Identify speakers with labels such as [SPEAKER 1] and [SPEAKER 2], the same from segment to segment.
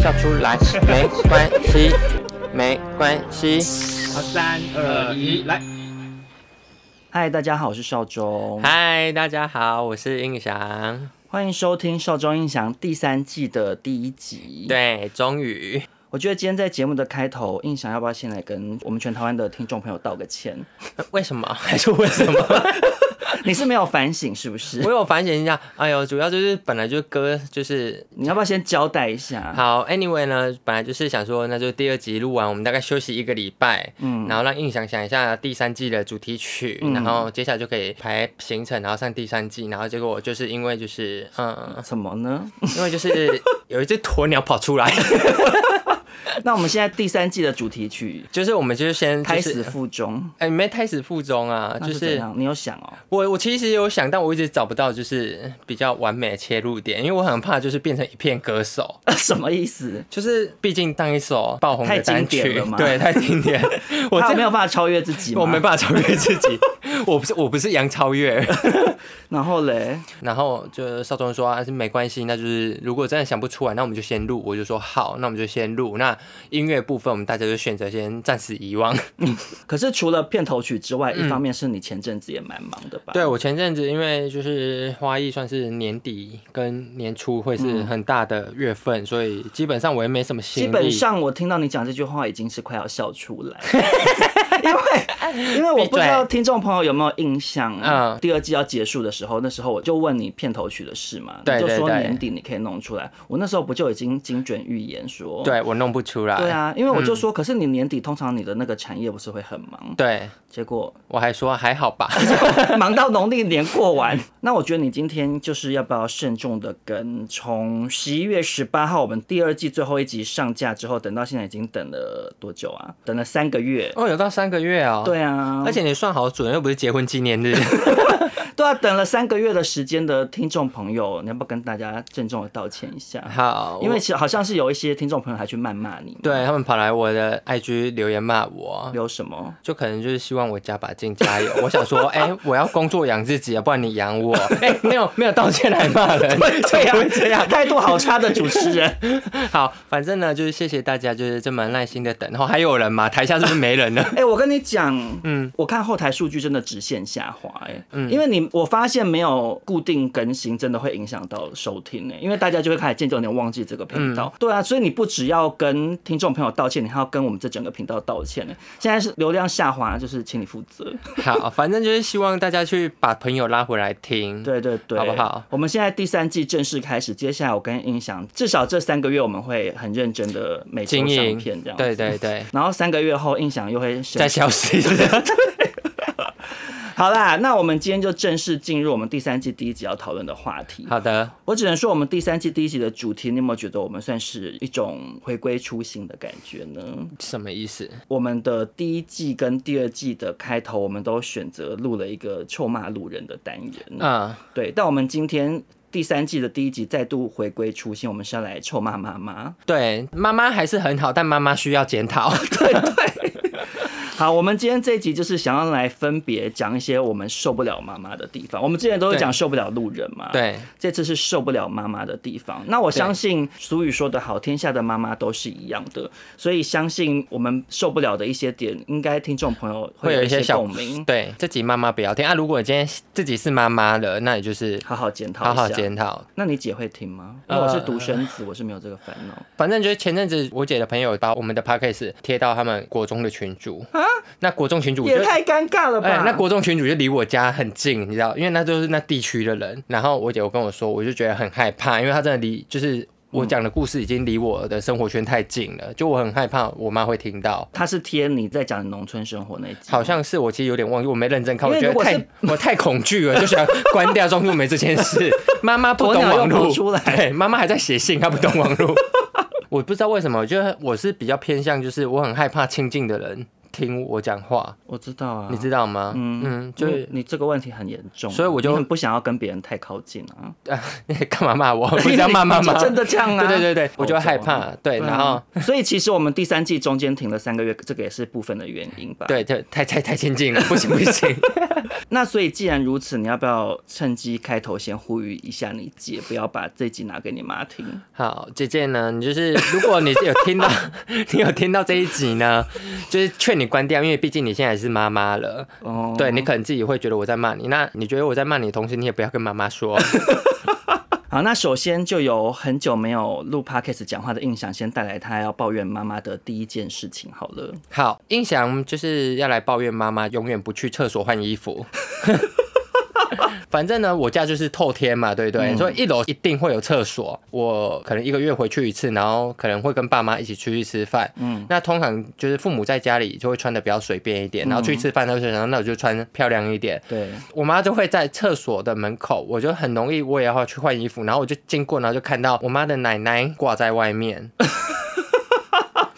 [SPEAKER 1] 笑出来没关系，没关系。
[SPEAKER 2] 好，三二一，来！嗨，大家好，我是邵忠，
[SPEAKER 1] 嗨，大家好，我是印翔。
[SPEAKER 2] 欢迎收听《邵忠印象》第三季的第一集。，
[SPEAKER 1] 对，终于，
[SPEAKER 2] 我觉得今天在节目的开头，印象要不要先来跟我们全台湾的听众朋友道个歉？
[SPEAKER 1] 为什么？ 还是为什么？
[SPEAKER 2] 你是没有反省是不是
[SPEAKER 1] 我？有反省一下，哎呦，主要就是本来就歌就是
[SPEAKER 2] 你要不要先交代一下？
[SPEAKER 1] 好，anyway 呢，本来就是想说，那就第二集录完，我们大概休息一个礼拜，嗯，然后让印象想一下第三季的主题曲，
[SPEAKER 2] 嗯
[SPEAKER 1] 然后接下来就可以排行程，然后上第三季，然后结果就是因为就是嗯，
[SPEAKER 2] 怎么呢？
[SPEAKER 1] 因为就是有一只鸵鸟跑出来，
[SPEAKER 2] 那我们现在第三季的主题曲
[SPEAKER 1] 就是我们就是先、就是、
[SPEAKER 2] 胎死腹中，
[SPEAKER 1] 哎、没胎死腹中啊，
[SPEAKER 2] 那
[SPEAKER 1] 就是
[SPEAKER 2] 怎
[SPEAKER 1] 是
[SPEAKER 2] 样？你有想哦？
[SPEAKER 1] 我我其实有想，但我一直找不到就是比较完美的切入点，因为我很怕就是变成一片歌手。
[SPEAKER 2] 什么意思？
[SPEAKER 1] 就是毕竟当一首爆红的
[SPEAKER 2] 太
[SPEAKER 1] 单
[SPEAKER 2] 经
[SPEAKER 1] 曲，
[SPEAKER 2] 典了嘛
[SPEAKER 1] 对，太经 典。我
[SPEAKER 2] 他
[SPEAKER 1] 这
[SPEAKER 2] 没有办法超越自己 吗？
[SPEAKER 1] 我没。办法超越自 己，我不是我不是杨超 越。
[SPEAKER 2] 然后嘞，
[SPEAKER 1] 然后就邵忠说、啊、是没关系，那就是如果真的想不出来，那我们就先录。我就说好，那我们就先录。那音乐部分我们大家就选择先暂时遗忘。
[SPEAKER 2] 可是除了片头曲之外，
[SPEAKER 1] 嗯
[SPEAKER 2] 一方面是你前阵子也蛮忙的 吧？
[SPEAKER 1] 对我前阵子因为就是花艺算是年底跟年初会是很大的月份，所以基本上我也没什么心
[SPEAKER 2] 基
[SPEAKER 1] 力。
[SPEAKER 2] 本上我听到你讲这句话，已经是快要笑出来，因为因为我不知道听众朋友有没有印象，
[SPEAKER 1] 嗯
[SPEAKER 2] 第二季要结束的时候，那时候我就问你片头曲的事嘛，
[SPEAKER 1] 对
[SPEAKER 2] 你就
[SPEAKER 1] 对
[SPEAKER 2] 说
[SPEAKER 1] 对
[SPEAKER 2] 年底你可以弄出来，我那时候不就已经精准预言说，
[SPEAKER 1] 对嗯我弄不出来。
[SPEAKER 2] 对，啊，因为我就说，可是你年底通常你的那个产业不是会很忙，
[SPEAKER 1] 对
[SPEAKER 2] 结果
[SPEAKER 1] 我还说还好 吧。
[SPEAKER 2] 忙到农历年过完，那我觉得你今天就是要不要慎重的跟从十一月十八号我们第二季最后一集上架之后，等到现在已经等了多久啊？等了三个月。
[SPEAKER 1] 哦，有到三个月哦。。
[SPEAKER 2] 对啊，
[SPEAKER 1] 而且你算好准，又不是结婚纪念 日。
[SPEAKER 2] 对啊，等了三个月的时间的听众朋友，你要不要跟大家郑重的道歉一下？
[SPEAKER 1] 好，
[SPEAKER 2] 因为其实好像是有一些听众朋友还去谩骂你，，
[SPEAKER 1] 对啊他们跑来我的 IG 留言骂我，
[SPEAKER 2] 有 什么？
[SPEAKER 1] 就可能就是希望我加把劲加油。 我想说，哎、我要工作养自己啊，不然你养 我。哎、没有没有道歉来骂人，
[SPEAKER 2] 对啊
[SPEAKER 1] 怎么 会这
[SPEAKER 2] 呀、
[SPEAKER 1] 样。
[SPEAKER 2] 态度好差的主持人，
[SPEAKER 1] 好，反正呢，就是谢谢大家，就是这么耐心的等候。还有人吗？台下是不是没 人了？
[SPEAKER 2] 哎、我跟你讲，嗯，我看后台数据真的直线下滑、哎，嗯，因为你我发现没有固定更新，真的会影响到收听、哎，因为大家就会开始渐渐有点忘记这个频道，
[SPEAKER 1] 嗯
[SPEAKER 2] 对啊，所以你不只要跟听众朋友道歉，你还要跟我们这整个频道道歉、哎，现在是流量下滑，就是请你负责。
[SPEAKER 1] 好，反正就是希望大家去把朋友拉回来听。
[SPEAKER 2] 对对对，
[SPEAKER 1] 好不好？
[SPEAKER 2] 我们现在第三季正式开始，接下来我跟印象，至少这三个月我们会很认真的每周
[SPEAKER 1] 经
[SPEAKER 2] 上
[SPEAKER 1] 营
[SPEAKER 2] 片这样。
[SPEAKER 1] 对。对 对，
[SPEAKER 2] 然后三个月后，印象又会
[SPEAKER 1] 再
[SPEAKER 2] 升。
[SPEAKER 1] 消失。
[SPEAKER 2] 好啦，那我们今天就正式进入我们第三季第一集要讨论的话题。
[SPEAKER 1] 好的，
[SPEAKER 2] 我只能说，我们第三季第一集的主题，你有没有觉得我们算是一种回归初心的感觉呢？
[SPEAKER 1] 什么意思？
[SPEAKER 2] 我们的第一季跟第二季的开头，我们都选择录了一个臭骂路人的单元。
[SPEAKER 1] 嗯，
[SPEAKER 2] 对，但我们今天第三季的第一集再度回归初心，我们是要来臭骂妈妈。
[SPEAKER 1] 对，妈妈还是很好，但妈妈需要检讨。
[SPEAKER 2] 好，我们今天这一集就是想要来分别讲一些我们受不了妈妈的地方。我们之前都是讲
[SPEAKER 1] 对
[SPEAKER 2] 受不了路人嘛，，
[SPEAKER 1] 对，
[SPEAKER 2] 这次是受不了妈妈的地方。那我相信俗语说得好，天下的妈妈都是一样的，所以相信我们受不了的一些点，应该听众朋友
[SPEAKER 1] 会有
[SPEAKER 2] 有
[SPEAKER 1] 一些小
[SPEAKER 2] 共鸣，
[SPEAKER 1] 对，自己妈妈不要听啊。如果你今天自己是妈妈了，那你就是
[SPEAKER 2] 好好检讨
[SPEAKER 1] 好
[SPEAKER 2] 一下。
[SPEAKER 1] 好检讨。
[SPEAKER 2] 那你姐会听吗？因为我是独生子，我是没有这个烦恼。
[SPEAKER 1] 反正就是前阵子我姐的朋友把我们的 p a c k a g e 贴到他们国中的群组，那国中群组我
[SPEAKER 2] 啊也
[SPEAKER 1] 就。
[SPEAKER 2] 太尴尬了吧！
[SPEAKER 1] 呃哎、那国中群组就离我家很近，你知道，因为那都是那地区的人。然后我姐我跟我说，我就觉得很害怕，因为她真的离就是我讲的故事已经离我的生活圈太近了，就我很害怕我妈会听到。
[SPEAKER 2] 他是贴你在讲农村生活那一集，
[SPEAKER 1] 好像是我其实有点忘记，我没认真看，我
[SPEAKER 2] 因为
[SPEAKER 1] 觉
[SPEAKER 2] 如
[SPEAKER 1] 得
[SPEAKER 2] 果
[SPEAKER 1] 太
[SPEAKER 2] 是
[SPEAKER 1] 我太恐惧了，就想关掉，装作没这件事。妈妈不懂
[SPEAKER 2] 鸵鸟又
[SPEAKER 1] 网络，
[SPEAKER 2] 跑出来
[SPEAKER 1] 对，妈妈还在写信，她不懂网络。我不知道为什么，我觉得我是比较偏向，就是我很害怕亲近的人听我讲话，
[SPEAKER 2] 我知道啊，
[SPEAKER 1] 你知道吗？
[SPEAKER 2] 嗯
[SPEAKER 1] 嗯，
[SPEAKER 2] 就
[SPEAKER 1] 就是是
[SPEAKER 2] 你这个问题很严重啊，
[SPEAKER 1] 所以我就
[SPEAKER 2] 你很不想要跟别人太靠近啊，
[SPEAKER 1] 你 干嘛骂我？不是要骂妈
[SPEAKER 2] 你
[SPEAKER 1] 妈？
[SPEAKER 2] 就真的这样啊？
[SPEAKER 1] 对对对对，我就
[SPEAKER 2] 好
[SPEAKER 1] 害
[SPEAKER 2] 走啊。
[SPEAKER 1] 怕。对，
[SPEAKER 2] 对
[SPEAKER 1] 然
[SPEAKER 2] 啊
[SPEAKER 1] 后，
[SPEAKER 2] 所以其实我们第三季中间停了三个月，这个也是部分的原因吧。，
[SPEAKER 1] 对对，太太太亲近了，不行不行。
[SPEAKER 2] 那所以既然如此，你要不要趁机开头先呼吁一下你姐，不要把这集拿给你妈听？
[SPEAKER 1] 好，姐姐呢？你就是如果你有听到，你有听到这一集呢，就是劝你关掉，因为毕竟你现在是妈妈了，
[SPEAKER 2] 哦，
[SPEAKER 1] 对你可能自己会觉得我在骂你。那你觉得我在骂你的同时，你也不要跟妈妈说。
[SPEAKER 2] 好，那首先就由很久没有录 podcast 讲话的印象先带来他要抱怨妈妈的第一件事情好了。
[SPEAKER 1] 好，印象就是要来抱怨妈妈永远不去厕所换衣服。 反正呢，我家就是透天嘛，对不对？所以一楼一定会有厕所。我可能一个月回去一次，然后可能会跟爸妈一起出去吃饭。嗯，那通常就是父母在家里就会穿的比较随便一点，然后出去
[SPEAKER 2] 嗯
[SPEAKER 1] 吃饭，他就想，那我就穿漂亮一点。
[SPEAKER 2] 对，
[SPEAKER 1] 我妈就会在厕所的门口，我就很容易我也要去换衣服，然后我就经过，然后就看到我妈的奶奶挂在外 面，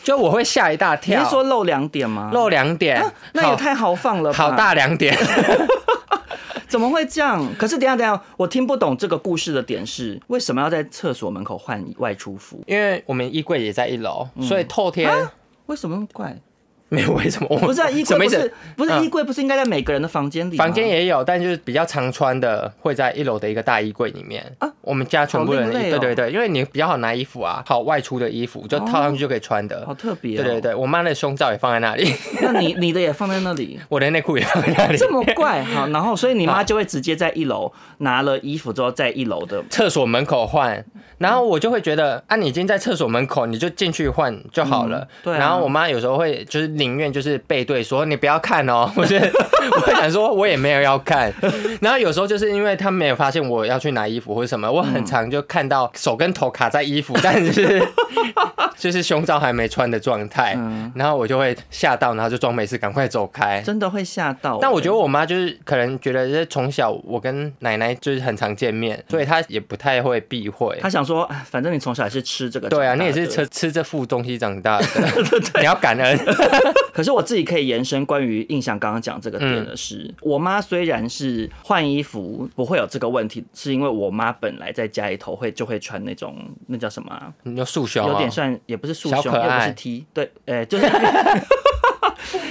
[SPEAKER 1] 就我会吓一大
[SPEAKER 2] 你
[SPEAKER 1] 跳。
[SPEAKER 2] 是说露两点吗？啊
[SPEAKER 1] 露两点，
[SPEAKER 2] 那也
[SPEAKER 1] 好
[SPEAKER 2] 太豪放了吧！
[SPEAKER 1] 好，大两点。
[SPEAKER 2] 怎么会这样？可是等一下等一下，我听不懂这个故事的点是为什么要在厕所门口换外出服？
[SPEAKER 1] 因为我们衣柜也在一楼，
[SPEAKER 2] 嗯
[SPEAKER 1] 所以透天、
[SPEAKER 2] 为什么那么怪？
[SPEAKER 1] 没有为什么，我
[SPEAKER 2] 啊不是、啊、衣
[SPEAKER 1] 什
[SPEAKER 2] 柜
[SPEAKER 1] 么意
[SPEAKER 2] 不
[SPEAKER 1] 思
[SPEAKER 2] 是？不是
[SPEAKER 1] 嗯
[SPEAKER 2] 衣柜不是应该在每个人的房间里吗？
[SPEAKER 1] 房间也有，但就是比较常穿的会在一楼的一个大衣柜里面。
[SPEAKER 2] 啊
[SPEAKER 1] 我们家全部人的
[SPEAKER 2] 好另类
[SPEAKER 1] 衣，
[SPEAKER 2] 哦
[SPEAKER 1] 对对对，因为你比较好拿衣服啊，好外出的衣服就套上去就可以穿的。
[SPEAKER 2] 好特别、哦
[SPEAKER 1] 对对，对，我妈的胸罩也放在那里，。
[SPEAKER 2] 那你你的也放在那里
[SPEAKER 1] 我的内裤也放在那里。
[SPEAKER 2] 这么 怪好，然后所以你妈就会直接在一楼拿了衣服之后，在一楼的
[SPEAKER 1] 厕所门口换，然后我就会觉得啊，你已经在厕所门口，你就进去换就好了。
[SPEAKER 2] 对啊
[SPEAKER 1] 然后我妈有时候会就是宁愿就是背对说你不要看哦，我觉得我会想说我也没有要 看。然后有时候就是因为她没有发现我要去拿衣服或者什么，我很常就看到手跟头卡在 衣服，但是 就是胸罩还没穿的状态，
[SPEAKER 2] 嗯
[SPEAKER 1] 然后我就会吓到，然后就装没事赶快走开。
[SPEAKER 2] 真的会吓到欸、
[SPEAKER 1] 但我觉得我妈就是可能觉得，就是从小我跟奶奶就是很常见面，所以她也不太会避讳
[SPEAKER 2] 他。想说，哎反正你从小也是吃这个，
[SPEAKER 1] 对啊，你也是。吃吃这副东西长 大的，你要感恩。
[SPEAKER 2] 可是我自己可以延伸关于印象刚刚讲这个点的是，
[SPEAKER 1] 嗯
[SPEAKER 2] 我妈虽然是换衣服不会有这个问题，是因为我妈本来在家里头会就会穿那种那叫什么啊、
[SPEAKER 1] 你就束胸、哦，
[SPEAKER 2] 有点算也不是束
[SPEAKER 1] 小
[SPEAKER 2] 胸，
[SPEAKER 1] 可
[SPEAKER 2] 又不
[SPEAKER 1] 爱
[SPEAKER 2] 是 T，对，呃、就是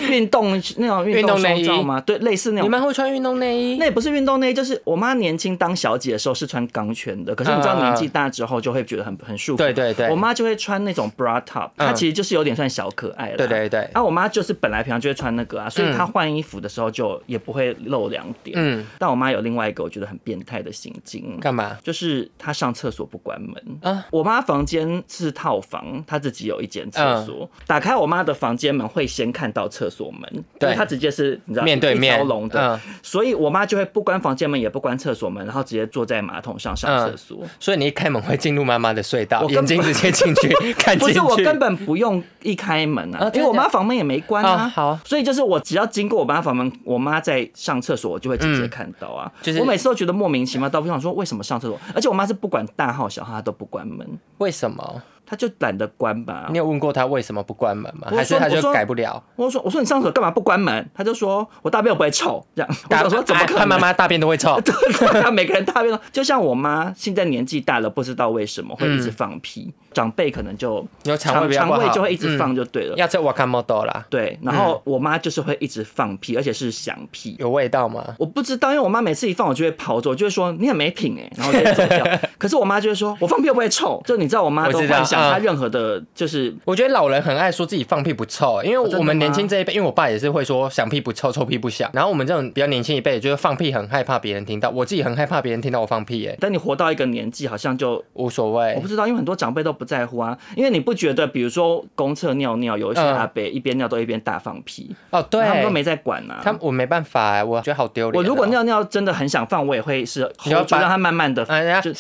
[SPEAKER 2] 运动那种运
[SPEAKER 1] 运
[SPEAKER 2] 动
[SPEAKER 1] 动内
[SPEAKER 2] 胸
[SPEAKER 1] 衣
[SPEAKER 2] 罩吗？对，类似
[SPEAKER 1] 你
[SPEAKER 2] 那种。
[SPEAKER 1] 妈会穿运动内衣
[SPEAKER 2] 那？也不是运动内衣，就是我妈年轻当小姐的时候是穿钢圈的，可是你知道
[SPEAKER 1] 嗯嗯嗯
[SPEAKER 2] 年纪大之后就会觉得很很束缚，
[SPEAKER 1] 对对对
[SPEAKER 2] 我妈就会穿那种 bra top，她
[SPEAKER 1] 嗯
[SPEAKER 2] 其实就是有点算小可爱了。
[SPEAKER 1] 对对对
[SPEAKER 2] 啊，我妈就是本来平常就会穿那个啊，所以
[SPEAKER 1] 嗯
[SPEAKER 2] 她换衣服的时候就也不会露两点。
[SPEAKER 1] 嗯，
[SPEAKER 2] 但我妈有另外一个我觉得很变态的行径。
[SPEAKER 1] 干嘛？
[SPEAKER 2] 就是她上厕所不关门
[SPEAKER 1] 啊
[SPEAKER 2] 我妈房间是套房，她自己有一间厕
[SPEAKER 1] 嗯
[SPEAKER 2] 所。打开我妈的房间门，会先看到厕所门，因
[SPEAKER 1] 对
[SPEAKER 2] 为她直接是你知道
[SPEAKER 1] 面对面
[SPEAKER 2] 一条龙的，
[SPEAKER 1] 嗯
[SPEAKER 2] 所以我妈就会不关房间门，也不关厕所门，然后直接坐在马桶上上厕所。
[SPEAKER 1] 所以你一开门会进入妈妈的隧道，
[SPEAKER 2] 我根本
[SPEAKER 1] 眼睛直接进 去看进
[SPEAKER 2] 不
[SPEAKER 1] 去。
[SPEAKER 2] 是我根本不用一开门啊
[SPEAKER 1] 啊，
[SPEAKER 2] 因
[SPEAKER 1] 真的
[SPEAKER 2] 为我妈房门也没关啊
[SPEAKER 1] 啊。好啊
[SPEAKER 2] 所以就是我只要经过我妈房门，我妈在上厕所，我就会直接看到啊。
[SPEAKER 1] 嗯就是
[SPEAKER 2] 我每次都觉得莫名其妙，到不想说为什么上厕所，而且我妈是不管大号小号她都不关门，
[SPEAKER 1] 为什么？
[SPEAKER 2] 她就懒得关啊吧
[SPEAKER 1] 你。有问过她为什么不关门吗？
[SPEAKER 2] 我
[SPEAKER 1] 还是
[SPEAKER 2] 说
[SPEAKER 1] 她
[SPEAKER 2] 我
[SPEAKER 1] 就
[SPEAKER 2] 说
[SPEAKER 1] 改不了？
[SPEAKER 2] 我说我说你上厕所干嘛不关门？她就说我大便又不会臭，这样。我想说怎么
[SPEAKER 1] 哎
[SPEAKER 2] 可
[SPEAKER 1] 她
[SPEAKER 2] 能。
[SPEAKER 1] 妈？妈大便都会臭
[SPEAKER 2] 对啊，每个人大便都就像我妈，现在年纪大了，不知道为什么会一直放屁。长辈可能就
[SPEAKER 1] 嗯有肠胃比较
[SPEAKER 2] 肠
[SPEAKER 1] 不好
[SPEAKER 2] 胃就会一直
[SPEAKER 1] 嗯
[SPEAKER 2] 放，就对了。
[SPEAKER 1] 要吃瓦卡莫多啦，
[SPEAKER 2] 对，然后我妈就是会一直放屁，而且是响屁。
[SPEAKER 1] 有味道吗？
[SPEAKER 2] 我不知道，因为我妈每次一放，我就会跑走，我就会说你很没品哎、然后我就会走 掉。可是我妈就会说，我放屁又不会臭，就你知道我妈
[SPEAKER 1] 我
[SPEAKER 2] 都
[SPEAKER 1] 知道
[SPEAKER 2] 幻想她
[SPEAKER 1] 嗯
[SPEAKER 2] 任何的，就是
[SPEAKER 1] 我觉得老人很爱说自己放屁不臭，欸因为
[SPEAKER 2] 哦真的
[SPEAKER 1] 我们年轻
[SPEAKER 2] 吗
[SPEAKER 1] 这一辈，因为我爸也是会说想屁不臭，臭屁不响。然后我们这种比较年轻一辈，就是放屁很害怕别人听到，我自己很害怕别人听到我放屁、耶，欸
[SPEAKER 2] 等你活到一个年纪，好像就
[SPEAKER 1] 无所
[SPEAKER 2] 我
[SPEAKER 1] 谓
[SPEAKER 2] 不。知道，因为很多长辈都不在乎啊。因为你不觉得，比如说公厕尿尿，有一些
[SPEAKER 1] 嗯
[SPEAKER 2] 阿伯一边尿都一边大放屁，
[SPEAKER 1] 哦，对，
[SPEAKER 2] 他们都没在管啊。
[SPEAKER 1] 他们我没办法、哎我觉得好丢脸哦、
[SPEAKER 2] 我如果尿尿真的很想放，我也会是
[SPEAKER 1] 你要
[SPEAKER 2] hold 住
[SPEAKER 1] 把哎
[SPEAKER 2] 让它慢慢的
[SPEAKER 1] 啊，人家
[SPEAKER 2] 就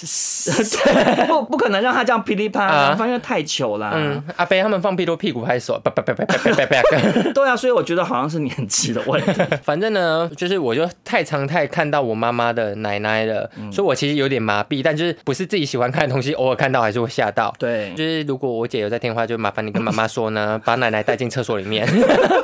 [SPEAKER 2] 不不可能让他这样噼里啪啦，
[SPEAKER 1] 啊
[SPEAKER 2] 反正因为太糗啦。
[SPEAKER 1] 嗯，阿贝他们放屁都屁股拍手，叭叭叭叭叭 叭叭叭。
[SPEAKER 2] 对啊，所以我觉得好像是年纪的 问题。
[SPEAKER 1] 反正呢，就是我就太常太看到我妈妈的奶奶了，
[SPEAKER 2] 嗯
[SPEAKER 1] 所以我其实有点麻痹，但就是不是自己喜欢看的东西，偶尔看到还是会吓到。
[SPEAKER 2] 对
[SPEAKER 1] 就，是如果我姐有在听的话，就麻烦你跟妈妈说呢，把奶奶带进厕所里面。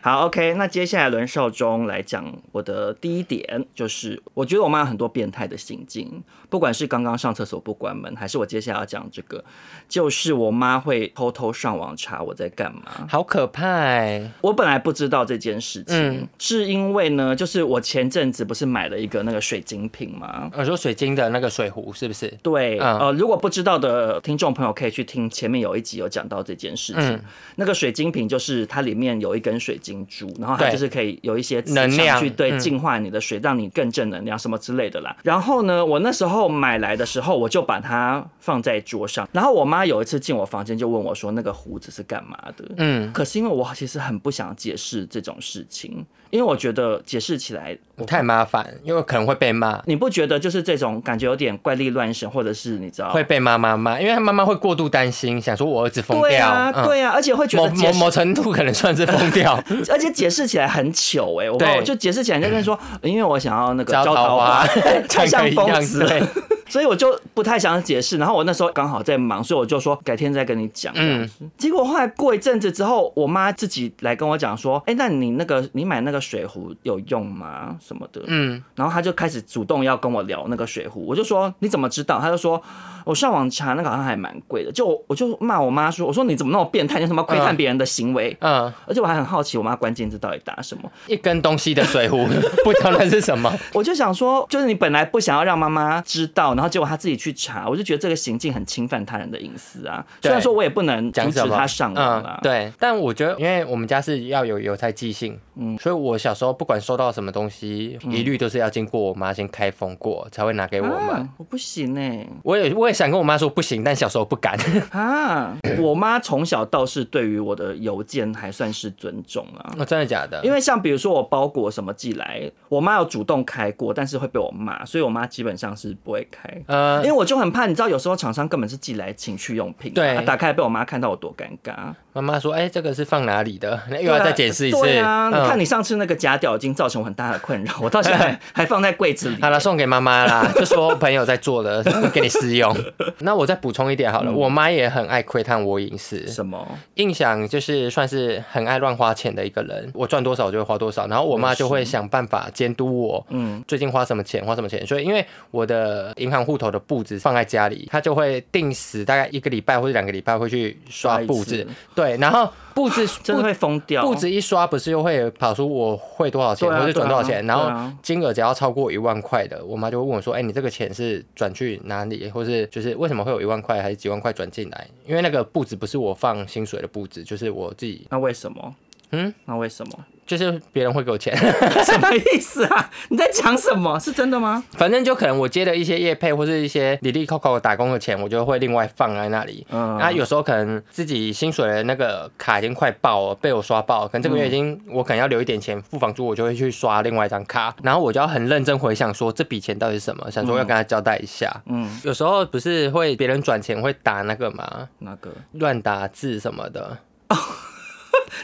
[SPEAKER 2] 好，OK，那接下来轮少中来讲我的第一点，就是我觉得我妈有很多变态的行径，不管是刚刚上厕所不关门，还是我接下来要讲这个，就是我妈会偷偷上网查我在干嘛。
[SPEAKER 1] 好可怕、欸！
[SPEAKER 2] 我本来不知道这件事情，
[SPEAKER 1] 嗯
[SPEAKER 2] 是因为呢，就是我前阵子不是买了一个那个水晶瓶吗？
[SPEAKER 1] 我说水晶的那个水壶是不是？
[SPEAKER 2] 对，
[SPEAKER 1] 嗯
[SPEAKER 2] 呃，如果不知道的听众朋友可以去听前面有一集有讲到这件事情。
[SPEAKER 1] 嗯
[SPEAKER 2] 那个水晶瓶就是它里面有一根水晶珠，然后它
[SPEAKER 1] 对
[SPEAKER 2] 就是可以有一些磁
[SPEAKER 1] 能
[SPEAKER 2] 场
[SPEAKER 1] 量
[SPEAKER 2] 去对
[SPEAKER 1] 嗯
[SPEAKER 2] 净化你的水，让你更正能量什么之类的啦。然后呢，我那时候买来的时候，我就把它放在桌上。然后我妈有一次进我房间就问我说：“那个胡子是干嘛的？”
[SPEAKER 1] 嗯，
[SPEAKER 2] 可是因为我其实很不想解释这种事情，因为我觉得解释起来
[SPEAKER 1] 太麻烦，因为可能会被骂，
[SPEAKER 2] 你不觉得就是这种感觉有点怪力乱神，或者是你知道
[SPEAKER 1] 会被妈妈骂，因为她妈妈会过度担心，想说我儿子疯
[SPEAKER 2] 对
[SPEAKER 1] 掉。
[SPEAKER 2] 啊，
[SPEAKER 1] 嗯
[SPEAKER 2] 对啊，而且会觉
[SPEAKER 1] 某
[SPEAKER 2] 得解
[SPEAKER 1] 某
[SPEAKER 2] 释
[SPEAKER 1] 某程度可能算是 疯掉，
[SPEAKER 2] 而且解释起来很糗哎、我
[SPEAKER 1] 对
[SPEAKER 2] 我就解释起来就跟说，呃因为我想要那个
[SPEAKER 1] 招桃
[SPEAKER 2] 花
[SPEAKER 1] 花，
[SPEAKER 2] 太像
[SPEAKER 1] 一
[SPEAKER 2] 疯
[SPEAKER 1] 样
[SPEAKER 2] 子
[SPEAKER 1] 之类
[SPEAKER 2] 了。。所以我就不太想解释，然后我那时候刚好在忙，所以我就说改天再跟你讲。嗯
[SPEAKER 1] 嗯，
[SPEAKER 2] 结果后来过一阵子之后，我妈自己来跟我讲说，哎、那你那个你买那个水壶有用吗？什么的，
[SPEAKER 1] 嗯，
[SPEAKER 2] 然后她就开始主动要跟我聊那个水壶，我就说你怎么知道？她就说我上网查那个好像还蛮贵的，就我我就骂我妈说，我说你怎么那么变态，你什么窥探别人的行为？
[SPEAKER 1] 嗯，
[SPEAKER 2] 而且我还很好奇我妈关键字到底打什么，
[SPEAKER 1] 一根东西的水壶， 不知道那是什么。
[SPEAKER 2] 我就想说，就是你本来不想要让妈妈知道，然后结果她自己去查，我就觉得这个行径很侵犯他人的隐私啊。
[SPEAKER 1] 对
[SPEAKER 2] 虽然说我也不能阻
[SPEAKER 1] 讲
[SPEAKER 2] 止
[SPEAKER 1] 什么？
[SPEAKER 2] 她上网啦
[SPEAKER 1] 嗯，，对，但我觉得，因为我们家是要有邮差寄信，嗯，所以我小时候不管收到什么东西，
[SPEAKER 2] 嗯
[SPEAKER 1] 一律都是要经过我妈先开封过，才会拿给我们。
[SPEAKER 2] 啊我不行哎、
[SPEAKER 1] 我也我也想跟我妈说不行，但小时候不敢。
[SPEAKER 2] 啊！我妈从小倒是对于我的邮件还算是尊重啊。
[SPEAKER 1] 哦，真的假的？
[SPEAKER 2] 因
[SPEAKER 1] 为
[SPEAKER 2] 为像比如说我包裹什么寄来，我妈有主动开过，但是会被我骂，所以我妈基本上是不会开。因
[SPEAKER 1] 呃
[SPEAKER 2] 为，我就很怕，你知道有时候厂商根本是寄来情趣用品啊，
[SPEAKER 1] 对
[SPEAKER 2] 啊打开被我妈看到我多尴尬。
[SPEAKER 1] 妈妈说，哎、这个是放哪里的？那又要再解释一次。
[SPEAKER 2] 对啊，你看
[SPEAKER 1] 嗯
[SPEAKER 2] 你上次那个假屌已经造成我很大的困扰，我到现 在还放在柜子里。
[SPEAKER 1] 好了，送给妈妈啦，就说朋友在做的， 给你试用。那我再补充一点好了，我妈也很爱窥探我隐私，
[SPEAKER 2] 嗯什么？
[SPEAKER 1] 印象就是算是很爱乱花钱的一个人，我赚多少就会花多少，然后我妈就会想办法监督我，
[SPEAKER 2] 嗯
[SPEAKER 1] 嗯，最近花什么钱，花什么钱。所以因为我的银行户头的簿子放在家里，她就会定时大概一个礼拜或者两个礼拜会去刷
[SPEAKER 2] 刷一
[SPEAKER 1] 簿
[SPEAKER 2] 次
[SPEAKER 1] 子，对，然后簿 子
[SPEAKER 2] 真的
[SPEAKER 1] 簿
[SPEAKER 2] 会疯掉。
[SPEAKER 1] 簿子一刷，不是又会跑出我会多少钱，
[SPEAKER 2] 哦对啊
[SPEAKER 1] 或者转多少钱，
[SPEAKER 2] 对
[SPEAKER 1] 然
[SPEAKER 2] 啊对啊
[SPEAKER 1] 后金额只要超过一万块的，我妈就会问我说：“哎、你这个钱是转去哪里，或是就是为什么会有一万块还是几万块转进来？因为那个簿子不是我放薪水的簿子，就是我自己，
[SPEAKER 2] 那为什么？
[SPEAKER 1] 嗯，
[SPEAKER 2] 那为什么？
[SPEAKER 1] 就是别人会给我钱，
[SPEAKER 2] 什么意思啊？你在讲什么？是真的吗？
[SPEAKER 1] 反正就可能我接的一些业配或是一些里里扣扣打工的钱，我就会另外放在那里。
[SPEAKER 2] 嗯
[SPEAKER 1] 啊，有时候可能自己薪水的那个卡已经快爆了，被我刷爆了，可能这个月已经、我可能要留一点钱付房租，我就会去刷另外一张卡，然后我就要很认真回想说这笔钱到底是什么，想说要跟他交代一下。
[SPEAKER 2] 嗯，
[SPEAKER 1] 有时候不是会别人转钱会打那个嘛，
[SPEAKER 2] 那个？
[SPEAKER 1] 乱打字什么的。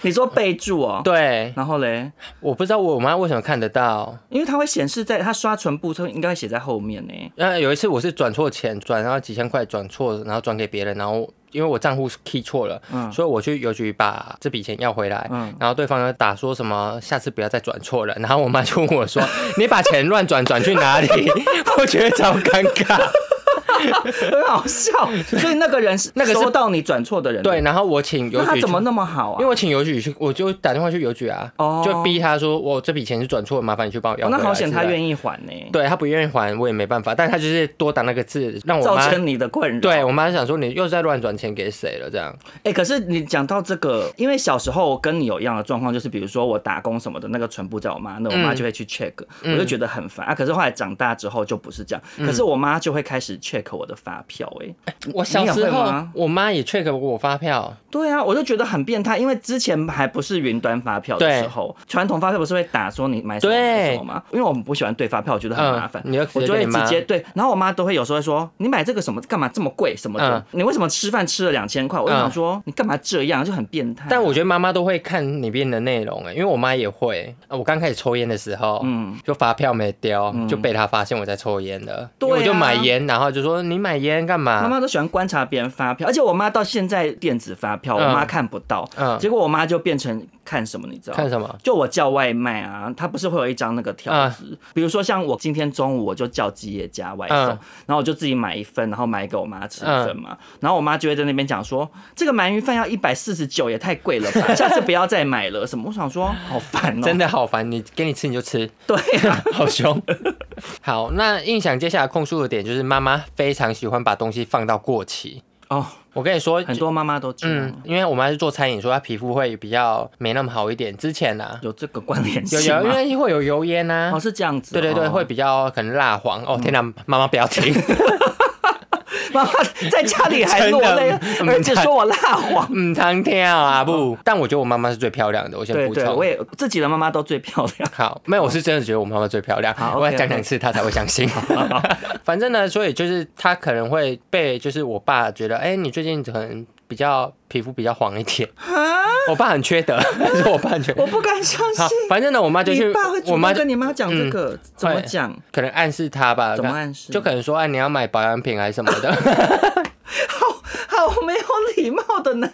[SPEAKER 2] 你说备注哦。。
[SPEAKER 1] 对，
[SPEAKER 2] 然后嘞，
[SPEAKER 1] 我不知道我妈为什么看得到。
[SPEAKER 2] 因为它会显示在它刷存簿，它应该会写在后面呢。
[SPEAKER 1] 呃，有一次我是转错钱，转到几千块，转错，然后转给别人，然后因为我账户 key 错了，
[SPEAKER 2] 嗯
[SPEAKER 1] 所以我去邮局把这笔钱要回来，
[SPEAKER 2] 嗯
[SPEAKER 1] 然后对方又打说什么下次不要再转错了，然后我妈就问我说 你把钱乱转转去哪里？ 我觉得超尴 尬。
[SPEAKER 2] 很好笑，所以那个人是
[SPEAKER 1] 那个是
[SPEAKER 2] 收到你转错的人。
[SPEAKER 1] 对，，然后我请邮
[SPEAKER 2] 那他
[SPEAKER 1] 局
[SPEAKER 2] 怎么
[SPEAKER 1] 去
[SPEAKER 2] 那么好啊？
[SPEAKER 1] 因为我请邮局去，我就打电话去邮局啊
[SPEAKER 2] 哦
[SPEAKER 1] 就逼他说我这笔钱是转错了，麻烦你去帮我要
[SPEAKER 2] 哦
[SPEAKER 1] 回来
[SPEAKER 2] 那
[SPEAKER 1] 之类的、
[SPEAKER 2] 好险他
[SPEAKER 1] 意，
[SPEAKER 2] 愿意还呢，
[SPEAKER 1] 对他不愿意还我也没办法，但他就是多打那个字，让我
[SPEAKER 2] 造
[SPEAKER 1] 妈
[SPEAKER 2] 成你的困扰。
[SPEAKER 1] 对我妈想说你又在乱转钱给谁了这样。
[SPEAKER 2] 哎、可是你讲到这个，因为小时候跟你有一样的状况，就是比如说我打工什么的，那个存不在我妈，那我妈
[SPEAKER 1] 嗯嗯
[SPEAKER 2] 就会去 check，、我就觉得很烦啊。可是后来长大之后就不是这样，可是我妈就会开始 check check 我的发票、欸，哎、
[SPEAKER 1] 我小时
[SPEAKER 2] 你也会
[SPEAKER 1] 候
[SPEAKER 2] 吗，
[SPEAKER 1] 我妈也 check 我发票，
[SPEAKER 2] 对啊，我就觉得很变态，因为之前还不是云端发票的
[SPEAKER 1] 对
[SPEAKER 2] 时候，传统发票不是会打说你买什么
[SPEAKER 1] 对
[SPEAKER 2] 买什么吗？因为我们不喜欢对发票，我觉得很麻烦，
[SPEAKER 1] 嗯你就直接
[SPEAKER 2] 我就会
[SPEAKER 1] 给你妈
[SPEAKER 2] 直接对。然后我妈都会有时候会说：“你买这个什么干嘛这么贵什么的？
[SPEAKER 1] 嗯
[SPEAKER 2] 你为什么吃饭吃了两千块？”我就想说、你干嘛这样，就很变态。啊
[SPEAKER 1] 但我觉得妈妈都会看里面的内容、哎，因为我妈也会。啊我刚开始抽烟的时候，
[SPEAKER 2] 嗯
[SPEAKER 1] 就发票没丢，就被她发现我在抽烟了，
[SPEAKER 2] 对
[SPEAKER 1] 因为我就
[SPEAKER 2] 啊
[SPEAKER 1] 买烟，然后就说你买烟干嘛？
[SPEAKER 2] 妈妈都喜欢观察别人发票，而且我妈到现在电子发票，我妈
[SPEAKER 1] 嗯
[SPEAKER 2] 看不到，
[SPEAKER 1] 嗯
[SPEAKER 2] 结果我妈就变成看什么，你知道吗？
[SPEAKER 1] 看什么？啊
[SPEAKER 2] 就我叫外卖啊，它不是会有一张那个条
[SPEAKER 1] 嗯
[SPEAKER 2] 子，比如说像我今天中午我就叫吉野家外送，
[SPEAKER 1] 嗯
[SPEAKER 2] 然后我就自己买一份，然后买给我妈吃一份嘛，然后我妈就会在那边讲说，这个鳗鱼饭要一百四十九，也太贵了 吧，下次不要再买了什么。我想说好烦哦、
[SPEAKER 1] 真的好烦，你给你吃你就吃，
[SPEAKER 2] 对啊，
[SPEAKER 1] 好凶。 好，那印象接下来控诉的点就是妈妈非常喜欢把东西放到过期。
[SPEAKER 2] 哦，
[SPEAKER 1] 我跟你说，
[SPEAKER 2] 很多妈妈都这样，
[SPEAKER 1] 嗯，因为我妈是做餐饮，说她皮肤会比较没那么好一点。之前啊，
[SPEAKER 2] 有这个关联
[SPEAKER 1] 有
[SPEAKER 2] 性
[SPEAKER 1] 有，因
[SPEAKER 2] 吗？
[SPEAKER 1] 为会有油烟呐、
[SPEAKER 2] 哦，是这样子哦、嗯
[SPEAKER 1] 对对对，会比较可能蜡黄哦。天哪，妈妈不要 听，
[SPEAKER 2] 妈妈 在家里还落泪
[SPEAKER 1] 真，的
[SPEAKER 2] 儿子说我蜡黄。
[SPEAKER 1] 嗯，汤跳啊不。但我觉得我妈妈是最漂亮的， 我先
[SPEAKER 2] 哦对
[SPEAKER 1] 补
[SPEAKER 2] 对，我
[SPEAKER 1] 充。
[SPEAKER 2] 也自己的妈妈都最漂亮。
[SPEAKER 1] 好，没有，我是真的觉得我妈妈最漂亮
[SPEAKER 2] 好，
[SPEAKER 1] 我要
[SPEAKER 2] OK，
[SPEAKER 1] 讲两
[SPEAKER 2] OK
[SPEAKER 1] 次她才会相 信。 反正呢，所以就是她可能会被，就是我爸觉得，哎、你最近可能比较皮肤比较黄一点，我爸很缺德， 是我爸很缺
[SPEAKER 2] 啊我不敢相
[SPEAKER 1] 好
[SPEAKER 2] 信，，
[SPEAKER 1] 反正呢，我妈就去
[SPEAKER 2] 你爸会，
[SPEAKER 1] 我
[SPEAKER 2] 主
[SPEAKER 1] 妈
[SPEAKER 2] 动
[SPEAKER 1] 就嗯
[SPEAKER 2] 跟你妈讲这个，怎么讲？
[SPEAKER 1] 可能暗示她吧，
[SPEAKER 2] 怎么暗示
[SPEAKER 1] 就可能说，哎、你要买保养品还是什么的。
[SPEAKER 2] 好没有礼貌的男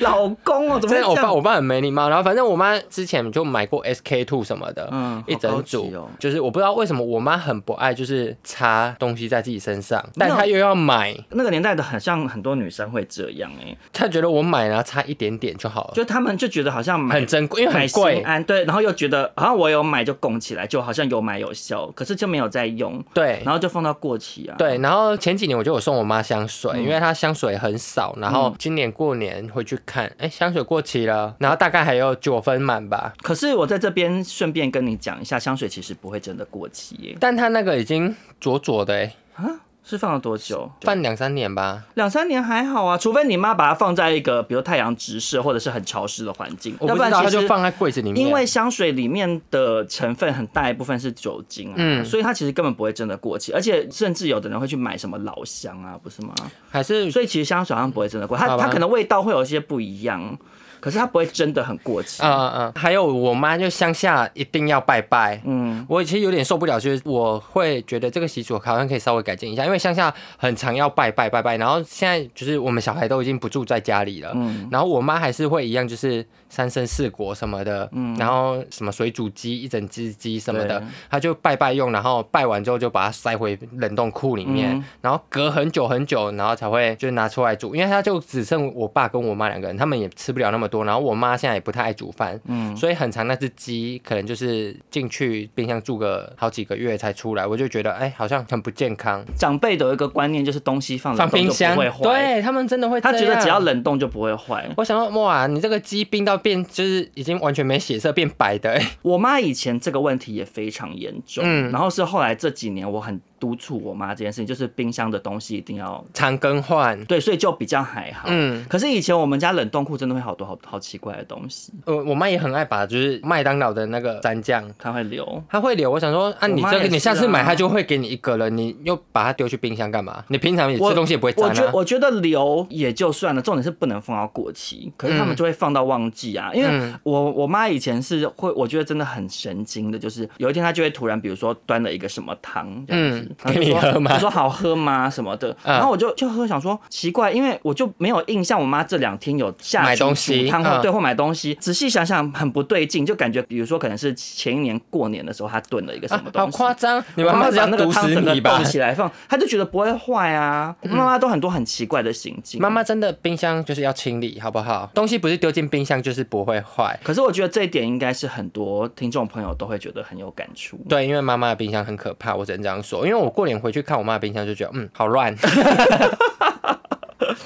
[SPEAKER 2] 老公哦，怎么
[SPEAKER 1] 真的，
[SPEAKER 2] 会
[SPEAKER 1] 我
[SPEAKER 2] 这
[SPEAKER 1] 爸我
[SPEAKER 2] 样？
[SPEAKER 1] 爸很没礼貌。然后反正我妈之前就买过 SK two 什么的，
[SPEAKER 2] 嗯
[SPEAKER 1] 一整
[SPEAKER 2] 好高
[SPEAKER 1] 组
[SPEAKER 2] 级哦，
[SPEAKER 1] 就是我不知道为什么我妈很不爱，就是擦东西在自己身上，但
[SPEAKER 2] 那
[SPEAKER 1] 她又要买，
[SPEAKER 2] 那个年代的很像很多女生会这样哎、
[SPEAKER 1] 她觉得我买然后擦一点点就好了，
[SPEAKER 2] 就他们就觉得好像
[SPEAKER 1] 哦
[SPEAKER 2] 买
[SPEAKER 1] 很珍贵，因为
[SPEAKER 2] 买
[SPEAKER 1] 很
[SPEAKER 2] 心
[SPEAKER 1] 贵。
[SPEAKER 2] 安对，然后又觉得好像我有买就供起来，就好像有买有效，可是就没有在用，
[SPEAKER 1] 对
[SPEAKER 2] 然后就放到过期啊。
[SPEAKER 1] 对，然后前几年我就有送我妈香水，
[SPEAKER 2] 嗯
[SPEAKER 1] 因为她香水很少，然后今年过年回去看，哎、香水过期了，然后大概还有九分满吧，
[SPEAKER 2] 可是我在这边顺便跟你讲一下，香水其实不会真的过期耶、
[SPEAKER 1] 但她那个已经灼灼的、哎，
[SPEAKER 2] 啊，是放了多久？
[SPEAKER 1] 放两三年吧。
[SPEAKER 2] 两三年还好啊，除非你妈把它放在一个比如太阳直射或者是很潮湿的环境，
[SPEAKER 1] 我
[SPEAKER 2] 要
[SPEAKER 1] 不
[SPEAKER 2] 不
[SPEAKER 1] 知
[SPEAKER 2] 然
[SPEAKER 1] 道，她
[SPEAKER 2] 其
[SPEAKER 1] 就
[SPEAKER 2] 实
[SPEAKER 1] 放在柜子里面。
[SPEAKER 2] 因为香水里面的成分很大一部分是酒精啊，
[SPEAKER 1] 嗯
[SPEAKER 2] 所以它其实根本不会真的过期，而且甚至有的人会去买什么老香啊，不是吗？
[SPEAKER 1] 还是
[SPEAKER 2] 所以其实香水好像不会真的过，
[SPEAKER 1] 嗯好
[SPEAKER 2] 它
[SPEAKER 1] 吧
[SPEAKER 2] 它可能味道会有一些不一样，可是它不会真的很过期。
[SPEAKER 1] 啊啊！还有我妈就乡下一定要拜拜。
[SPEAKER 2] 嗯，
[SPEAKER 1] 我其实有点受不了，就是我会觉得这个习俗好像可以稍微改进一下，因为乡下很常要拜拜拜拜，然后现在就是我们小孩都已经不住在家里了，
[SPEAKER 2] 嗯
[SPEAKER 1] 然后我妈还是会一样，就是三生四果什么的，然后什么水煮鸡一整只鸡什么的
[SPEAKER 2] 嗯对，
[SPEAKER 1] 她就拜拜用，然后拜完之后就把它塞回冷冻库里面，
[SPEAKER 2] 嗯
[SPEAKER 1] 然后隔很久很久，然后才会就拿出来煮，因为她就只剩我爸跟我妈两个人，他们也吃不了那么多，然后我妈现在也不太爱煮饭，
[SPEAKER 2] 嗯
[SPEAKER 1] 所以很长那只鸡可能就是进去冰箱住个好几个月才出来，我就觉得哎、好像很不健康。
[SPEAKER 2] 长辈的一个观念就是东西放
[SPEAKER 1] 放
[SPEAKER 2] 嗯冷冻
[SPEAKER 1] 冰
[SPEAKER 2] 就
[SPEAKER 1] 箱
[SPEAKER 2] 不会，坏，
[SPEAKER 1] 对他们真的会这
[SPEAKER 2] 他
[SPEAKER 1] 样，
[SPEAKER 2] 觉得只要冷冻就不会坏。
[SPEAKER 1] 我想说，哇，你这个鸡冰到变，就是已经完全没血色，变白的、欸。
[SPEAKER 2] 我妈以前这个问题也非常严重，
[SPEAKER 1] 嗯
[SPEAKER 2] 然后是后来这几年我很督促我妈这件事情，就是冰箱的东西一定要
[SPEAKER 1] 常更换。
[SPEAKER 2] 对，所以就比较还好。
[SPEAKER 1] 嗯，
[SPEAKER 2] 可是以前我们家冷冻库真的会好多好好奇怪的东西，
[SPEAKER 1] 我呃我妈也很爱把就是麦当劳的那个蘸酱，
[SPEAKER 2] 它会留。
[SPEAKER 1] 她会留。我想说，啊，你
[SPEAKER 2] 妈
[SPEAKER 1] 这个
[SPEAKER 2] 也
[SPEAKER 1] 你下
[SPEAKER 2] 是
[SPEAKER 1] 次买，
[SPEAKER 2] 啊
[SPEAKER 1] 她就会给你一个了，你又把它丢去冰箱干嘛？你平常也
[SPEAKER 2] 我
[SPEAKER 1] 吃东西也不会
[SPEAKER 2] 我觉
[SPEAKER 1] 沾啊。
[SPEAKER 2] 我觉得留也就算了，重点是不能放到过期。可是他们就会放到忘记啊，因为
[SPEAKER 1] 嗯
[SPEAKER 2] 我我妈以前是会，我觉得真的很神经的，就是有一天她就会突然，比如说端了一个什么汤这样子
[SPEAKER 1] 嗯，
[SPEAKER 2] 然后
[SPEAKER 1] 给
[SPEAKER 2] 就
[SPEAKER 1] 你
[SPEAKER 2] 说
[SPEAKER 1] 喝吗
[SPEAKER 2] 就说好喝吗什么的，
[SPEAKER 1] 嗯
[SPEAKER 2] 然后我就就喝，想说奇怪，因为我就没有印象我妈这两天有下
[SPEAKER 1] 买
[SPEAKER 2] 去
[SPEAKER 1] 东西
[SPEAKER 2] 煮汤或
[SPEAKER 1] 嗯
[SPEAKER 2] 对或买东西，仔细想想很不对劲，就感觉比如说可能是前一年过年的时候她炖了一个什
[SPEAKER 1] 啊
[SPEAKER 2] 么，东
[SPEAKER 1] 好
[SPEAKER 2] 西，
[SPEAKER 1] 夸张！你
[SPEAKER 2] 我
[SPEAKER 1] 妈妈
[SPEAKER 2] 会
[SPEAKER 1] 是
[SPEAKER 2] 把
[SPEAKER 1] 要
[SPEAKER 2] 那个
[SPEAKER 1] 毒
[SPEAKER 2] 汤
[SPEAKER 1] 死
[SPEAKER 2] 整个
[SPEAKER 1] 你吧嗯
[SPEAKER 2] 冻？起来放，他就觉得不会坏啊。妈妈都很多很奇怪的行径。
[SPEAKER 1] 妈妈真的冰箱就是要清理，好不好？东西不是丢进冰箱就是不会坏。
[SPEAKER 2] 可是我觉得这一点应该是很多听众朋友都会觉得很有感触。
[SPEAKER 1] 对，因为妈妈的冰箱很可怕，我只能这样说。因为我过年回去看我妈的冰箱，就觉得嗯，好 乱。